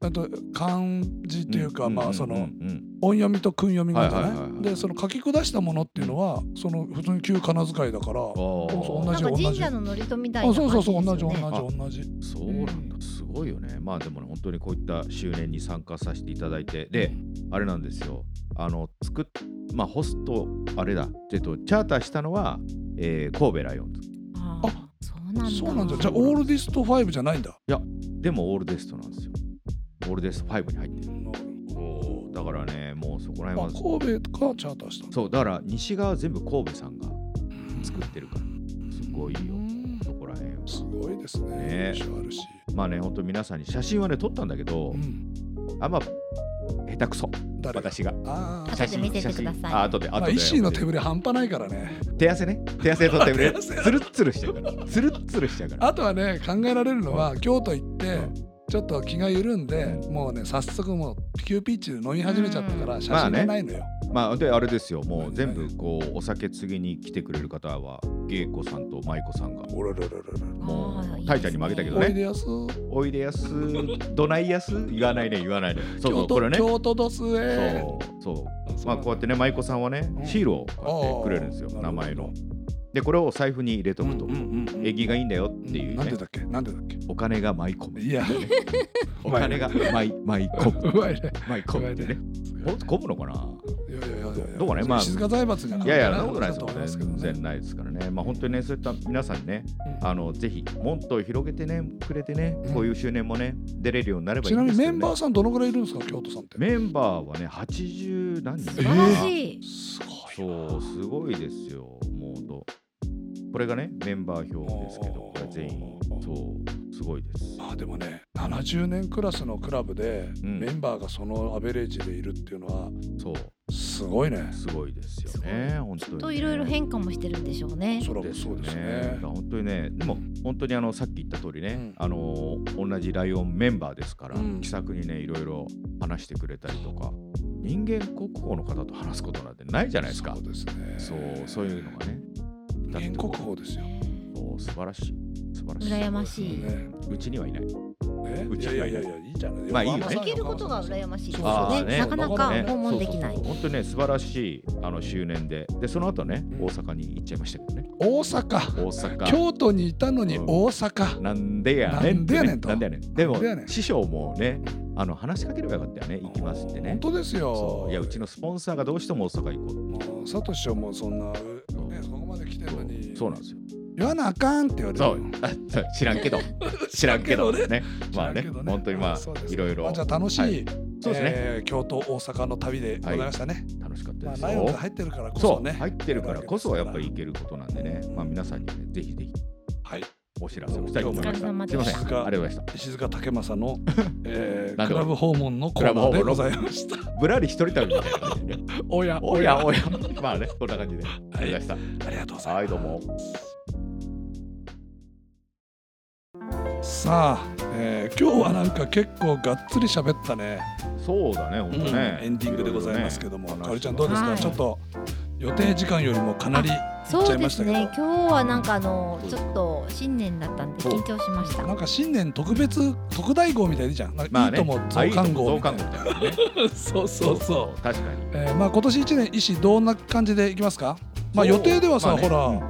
Speaker 1: あと漢字っていうか、
Speaker 2: ん
Speaker 1: まあそ。
Speaker 2: うん
Speaker 1: の
Speaker 2: うん
Speaker 1: 音読みと訓読みがじゃない,、
Speaker 2: はいはいはいはい
Speaker 1: でその書き下したものっていうのはその普通に旧仮名遣いだから
Speaker 2: あー
Speaker 1: そう同
Speaker 3: なん
Speaker 1: じ
Speaker 3: か
Speaker 1: 同
Speaker 3: 神
Speaker 1: じ
Speaker 3: 社の祝詞みたい
Speaker 1: あ
Speaker 3: な
Speaker 1: そ
Speaker 3: 感
Speaker 1: うそう
Speaker 3: じです
Speaker 1: そう
Speaker 3: よ
Speaker 1: 同じ同
Speaker 3: ね。
Speaker 1: じ同じ
Speaker 2: そうなんだ。すごいよね。まあでもね本当にこういった周年に参加させていただいてであれなんですよ。あの作っまあホストあれだ。えっとチャーターしたのは、えー神戸ライオンズ。
Speaker 3: あー
Speaker 1: あ
Speaker 3: そうなんだ。
Speaker 1: そうなんだ
Speaker 2: よ
Speaker 1: じゃあオールディスト5じゃないんだ
Speaker 2: でもオールデストなんですよ。オールデスト5に入ってる。だからねもうそこら
Speaker 1: まあ
Speaker 2: 辺は
Speaker 1: 神戸からチャーターした
Speaker 2: そうだから西側は全部神戸さんが作ってるからすごいよ
Speaker 1: うん
Speaker 2: そこら辺は
Speaker 1: すごいですね
Speaker 2: ね
Speaker 1: 印象あるし、
Speaker 2: まあね本当皆さんに写真はね撮ったんだけど
Speaker 1: うん、
Speaker 2: あんま下手くそ
Speaker 1: 誰が
Speaker 2: 私が
Speaker 1: あ
Speaker 3: 後
Speaker 1: ー
Speaker 3: で見せてください
Speaker 2: あ後で
Speaker 1: ま
Speaker 2: 後
Speaker 1: あ
Speaker 2: で
Speaker 1: 石井の手ぶれ半端ないからね
Speaker 2: 手汗ね手汗で
Speaker 1: (laughs)
Speaker 2: 撮ってくれ
Speaker 1: 手汗
Speaker 2: つるっつるしちゃうからつるっつるしちゃうから
Speaker 1: あとはね考えられるのは京都行って
Speaker 2: うん
Speaker 1: ちょっと気が緩んで
Speaker 2: う
Speaker 1: もうね早速もう急ピッチで飲み始めちゃったから写
Speaker 2: まあ
Speaker 1: 真
Speaker 2: ね
Speaker 1: がないのよ、
Speaker 2: まあであれですよもう全部こうお酒継ぎに来てくれる方は芸子さんと舞子さんが
Speaker 1: おららららら
Speaker 2: も
Speaker 3: あーいいです
Speaker 2: う
Speaker 3: ね
Speaker 2: タイちゃんに負けたけど
Speaker 1: おい
Speaker 2: ね
Speaker 1: でやす
Speaker 2: おいでやすどないやす言わないね言わないねそうそ
Speaker 1: 京
Speaker 2: うこ
Speaker 1: 都
Speaker 2: れね
Speaker 1: 京都どすえ
Speaker 2: そうそうまあこうやってね舞子さんはね
Speaker 1: うん
Speaker 2: シールをこうやってくれるんですよ
Speaker 1: あー
Speaker 2: 名前のでこれをお財布に入れとくと
Speaker 1: うん
Speaker 2: 縁起がいいんだよっていう
Speaker 1: なん
Speaker 2: ね
Speaker 1: でだっけなんでだっけ
Speaker 2: お金が舞い込む
Speaker 1: いや
Speaker 2: お金が舞い舞い込
Speaker 1: (laughs)
Speaker 2: む
Speaker 1: うまいね
Speaker 2: 舞い込むってね
Speaker 1: うまいね
Speaker 2: こむのかない
Speaker 1: やいやいやいや
Speaker 2: どうかねまあ
Speaker 1: 静か財閥にはい
Speaker 2: やいやそんなことないです
Speaker 1: と
Speaker 2: も
Speaker 1: 思い
Speaker 2: んね
Speaker 1: ますけど
Speaker 2: 全然
Speaker 1: ね
Speaker 2: ないですからねまあ本当にねそういった皆さんにねあのぜひもっと広げてねくれてね
Speaker 1: うん
Speaker 2: こういう周年もね出れるようになればい
Speaker 1: ち
Speaker 2: い
Speaker 1: なんみに
Speaker 2: です
Speaker 1: メ
Speaker 2: けど
Speaker 1: ンバ
Speaker 2: ね
Speaker 1: ーさんどのぐらいいるんですか京都さんって
Speaker 2: メンバーはね80何人
Speaker 3: 素晴ら
Speaker 2: い
Speaker 3: しい。
Speaker 1: すごいな
Speaker 2: そうすごいですよもうほんとこれがねメンバー表ですけどこれ全員
Speaker 1: あー
Speaker 2: そうすごいです
Speaker 1: まあでもね70年クラスのクラブで
Speaker 2: うん
Speaker 1: メンバーがそのアベレージでいるっていうのは
Speaker 2: そう
Speaker 1: すごいね
Speaker 2: すごいですよね本当にね
Speaker 3: といろいろ変化もしてるんでしょうね。
Speaker 1: そら
Speaker 2: です
Speaker 1: そ
Speaker 2: よ
Speaker 1: うです
Speaker 2: だ
Speaker 1: ね
Speaker 2: から本当にねでも本当にあのさっき言った通り
Speaker 1: う
Speaker 2: ね、
Speaker 1: ん
Speaker 2: あの同じライオンメンバーですから、
Speaker 1: うん
Speaker 2: 気さくにねいろいろ話してくれたりとか人間国宝の方と話すことなんてないじゃないですか
Speaker 1: そうですね
Speaker 2: そうそういうのがねだって
Speaker 1: 原国宝ですよ
Speaker 2: そう素晴らしい素晴らしい
Speaker 3: 羨ましい。
Speaker 1: ね
Speaker 2: うちにはいない
Speaker 1: ね
Speaker 2: う
Speaker 1: い
Speaker 2: ち
Speaker 1: やいやいやいやいいじゃない
Speaker 2: まあいいよね
Speaker 3: 行けることが羨ましいです
Speaker 1: あ
Speaker 3: よ
Speaker 1: ー
Speaker 3: ね。
Speaker 1: ね
Speaker 3: なかなか訪問できない。
Speaker 2: 本当にね素晴らしいあの周年ででその後ね、
Speaker 1: うん
Speaker 2: 大阪に行っちゃいましたけどね
Speaker 1: 大阪
Speaker 2: 大阪
Speaker 1: 京都にいたのに
Speaker 2: うん
Speaker 1: 大阪、
Speaker 2: なんでやねん
Speaker 1: な
Speaker 2: って
Speaker 1: んでやねんと
Speaker 2: なんでやねんでも
Speaker 1: なんでやねん
Speaker 2: 師匠もねあの話しかければよかったよね行きますってね
Speaker 1: 本当ですよ
Speaker 2: そういやうちのスポンサーがどうしても大阪行こ
Speaker 1: もうサトシはもうそんな、ね、そこまで来て
Speaker 2: う
Speaker 1: る
Speaker 2: そ
Speaker 1: の
Speaker 2: う
Speaker 1: に
Speaker 2: そうなんですよ
Speaker 1: 言わなあかんって言われる
Speaker 2: そうあそう知らんけ
Speaker 1: (laughs)
Speaker 2: ど知らんけどねまあね
Speaker 1: 知らんけど
Speaker 2: 本当にまあ
Speaker 1: そうです
Speaker 2: いろいろ
Speaker 1: まあじゃあ楽しい、
Speaker 2: はいそうですね
Speaker 1: えー京都大阪の旅でございましたね、
Speaker 2: 楽しかった
Speaker 1: まあ、
Speaker 2: です
Speaker 1: ライオンズ
Speaker 2: よ
Speaker 1: 入ってるからこ
Speaker 2: そ
Speaker 1: そうね
Speaker 2: 入ってるからこそやっぱり行けることなんでねまあ皆さんにねぜひぜひ
Speaker 1: はい
Speaker 2: お知らせをしたいと思いまし
Speaker 3: お疲れ様
Speaker 2: た
Speaker 3: です
Speaker 2: いませんありがとうございました
Speaker 1: 石塚武正
Speaker 2: (laughs)
Speaker 1: の、え
Speaker 2: な
Speaker 1: ー、
Speaker 2: んで
Speaker 1: クラブ訪問のコーナーでございました
Speaker 2: ぶらり一人旅みたいな感じでね
Speaker 1: (laughs) おや
Speaker 2: おやおやまあねこんな感じでありがとうございました
Speaker 1: ありがとうございます
Speaker 2: はいどうも
Speaker 1: さあ、えー今日はなんか結構がっつり喋ったね
Speaker 2: そうだね、本当
Speaker 1: うん
Speaker 2: ね、
Speaker 1: エンディングでございますけども、
Speaker 2: いろいろね
Speaker 1: かおりちゃんどうですか、
Speaker 3: はい
Speaker 1: ちょっと予定時間よりもかなりいっちゃ
Speaker 3: そ
Speaker 1: いうま
Speaker 3: で
Speaker 1: したけ
Speaker 3: す
Speaker 1: ど、
Speaker 3: ね。今日はなんかあの
Speaker 2: そう
Speaker 3: ちょっと新年だったんで緊張しました。
Speaker 1: なんか新年特別特大号みたいでいいじゃん、なんか
Speaker 2: ま
Speaker 1: い
Speaker 2: あ
Speaker 1: い
Speaker 2: ね、
Speaker 1: とも増刊号
Speaker 2: 増刊号みたいなね。
Speaker 1: (laughs) そうそうそう
Speaker 2: う、確かに。
Speaker 1: えーまあ今年一年医師どんな感じでいきますかまあ予定ではさ、
Speaker 2: まあね
Speaker 1: ほら、
Speaker 2: うん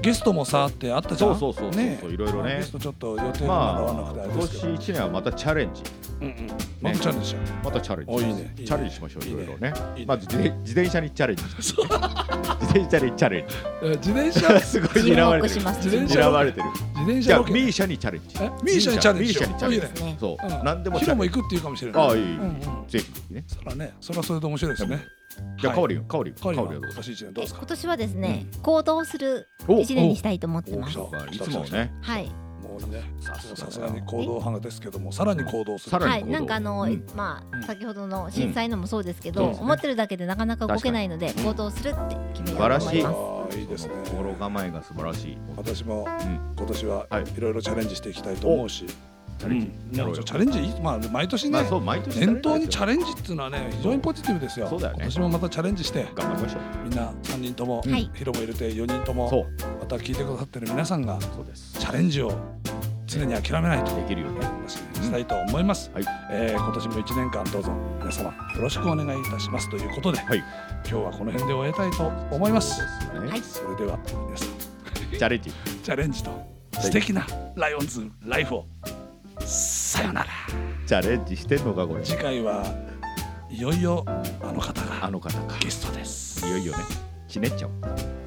Speaker 1: ゲストもさってあったじゃん
Speaker 2: そうそうそうそう
Speaker 1: ね
Speaker 2: いろいろね
Speaker 1: ゲストちょっと予定が合わな
Speaker 2: まあ
Speaker 1: くてあ、れ
Speaker 2: 今
Speaker 1: ですけど、
Speaker 2: 年一年はまたチャレンジ、
Speaker 1: うんうんまこちゃんでしょ
Speaker 2: またチャレンジ。
Speaker 1: おいいね
Speaker 2: チャレンジしましょう、
Speaker 1: いい
Speaker 2: いろ
Speaker 1: ね
Speaker 2: いろね
Speaker 1: いいね。
Speaker 2: まず自転自転車にチャレンジ。
Speaker 1: そう
Speaker 2: (laughs) 自転車にチ
Speaker 1: (laughs)
Speaker 2: ャレンジ。
Speaker 1: えー自転車
Speaker 2: (laughs) すごい
Speaker 3: 注
Speaker 2: 睨まれ
Speaker 3: 目
Speaker 2: て
Speaker 3: し
Speaker 2: る。
Speaker 3: ます。
Speaker 1: 自転車
Speaker 2: 睨まれてる。
Speaker 1: 自転
Speaker 2: じ
Speaker 1: 車
Speaker 2: ゃあ
Speaker 1: ロケ
Speaker 2: ミーシャにチャレンジ。
Speaker 1: えミーシャにチャレンジしよう
Speaker 2: ミーシャにチャレンジ
Speaker 1: いいね
Speaker 3: ね。
Speaker 2: そ
Speaker 1: う、
Speaker 2: う
Speaker 1: ん
Speaker 2: 何でも
Speaker 1: ヒ
Speaker 2: チ
Speaker 1: ロ
Speaker 2: ャ
Speaker 1: も
Speaker 2: レンジ。
Speaker 1: 行くっていうかもしれない
Speaker 2: ああ、いいいい
Speaker 1: うんうん。
Speaker 2: ぜひね。
Speaker 1: そらねそれはそれで面白いですね
Speaker 2: じゃ
Speaker 1: は
Speaker 2: あ、
Speaker 1: い
Speaker 2: かおりん、かおりん、かお
Speaker 1: カ
Speaker 2: り
Speaker 1: オ
Speaker 2: ん
Speaker 1: リは
Speaker 2: はど
Speaker 1: 今年一年
Speaker 2: うですか。
Speaker 1: どうで
Speaker 3: え
Speaker 1: すか
Speaker 3: 今年はですね行動する
Speaker 2: お
Speaker 3: 一年にしたいと思ってます。
Speaker 1: お
Speaker 2: いつもね、
Speaker 1: もうこにねさすがに行動派がですけどもさらに行動する
Speaker 2: さらに
Speaker 3: はい、なんかあの、
Speaker 2: うん
Speaker 3: ま
Speaker 1: うん
Speaker 3: あ先ほどの震災のもそうですけ
Speaker 2: うん
Speaker 3: ど、
Speaker 2: そうですね
Speaker 3: 思ってるだけでなかなか動けないので
Speaker 2: かに
Speaker 3: 行動するって決
Speaker 2: 素
Speaker 3: めようと
Speaker 2: 晴ら
Speaker 3: 思
Speaker 2: し
Speaker 3: い
Speaker 2: い
Speaker 3: ます。
Speaker 1: あーいいですね
Speaker 2: その心構えが素晴らしい
Speaker 1: 私も
Speaker 2: うん
Speaker 1: 今年は
Speaker 2: はい
Speaker 1: いろいろチャレンジしていきたいと思うし、
Speaker 2: チャレンジ
Speaker 1: うん
Speaker 2: やろう
Speaker 1: チ
Speaker 2: よ
Speaker 1: ャレンジいいまあ毎年
Speaker 2: まあ
Speaker 1: ね
Speaker 2: そう毎年
Speaker 1: 伝統にチャ
Speaker 2: レン
Speaker 1: レンジっていうのはね非常にポジティブですよ
Speaker 2: そうだよね
Speaker 1: 今年もまたチャレンジして
Speaker 2: ジ頑張りましょう
Speaker 1: みんな3人とも、
Speaker 3: はい
Speaker 1: 広も入れて4人とも
Speaker 2: そう
Speaker 1: また聞いてくださってる皆さんが
Speaker 2: そうです
Speaker 1: チャレンジを常に諦めないと
Speaker 2: できるよね
Speaker 1: したいと思います、
Speaker 2: はい
Speaker 1: えー今年も1年間どうぞ皆様よろしくお願いいたしますということで、
Speaker 2: はい
Speaker 1: 今日はこの辺で終えたいと思います
Speaker 2: そうですね
Speaker 3: はい
Speaker 1: それでは皆さん
Speaker 2: チャレンジ
Speaker 1: チャレンジと素敵なライオンズライフをさよなら
Speaker 2: チャレンジしてんのかこれ
Speaker 1: 次回はいよいよあの方
Speaker 2: あ
Speaker 1: が
Speaker 2: の方か
Speaker 1: ゲストです
Speaker 2: いよいよねちねっちゃおう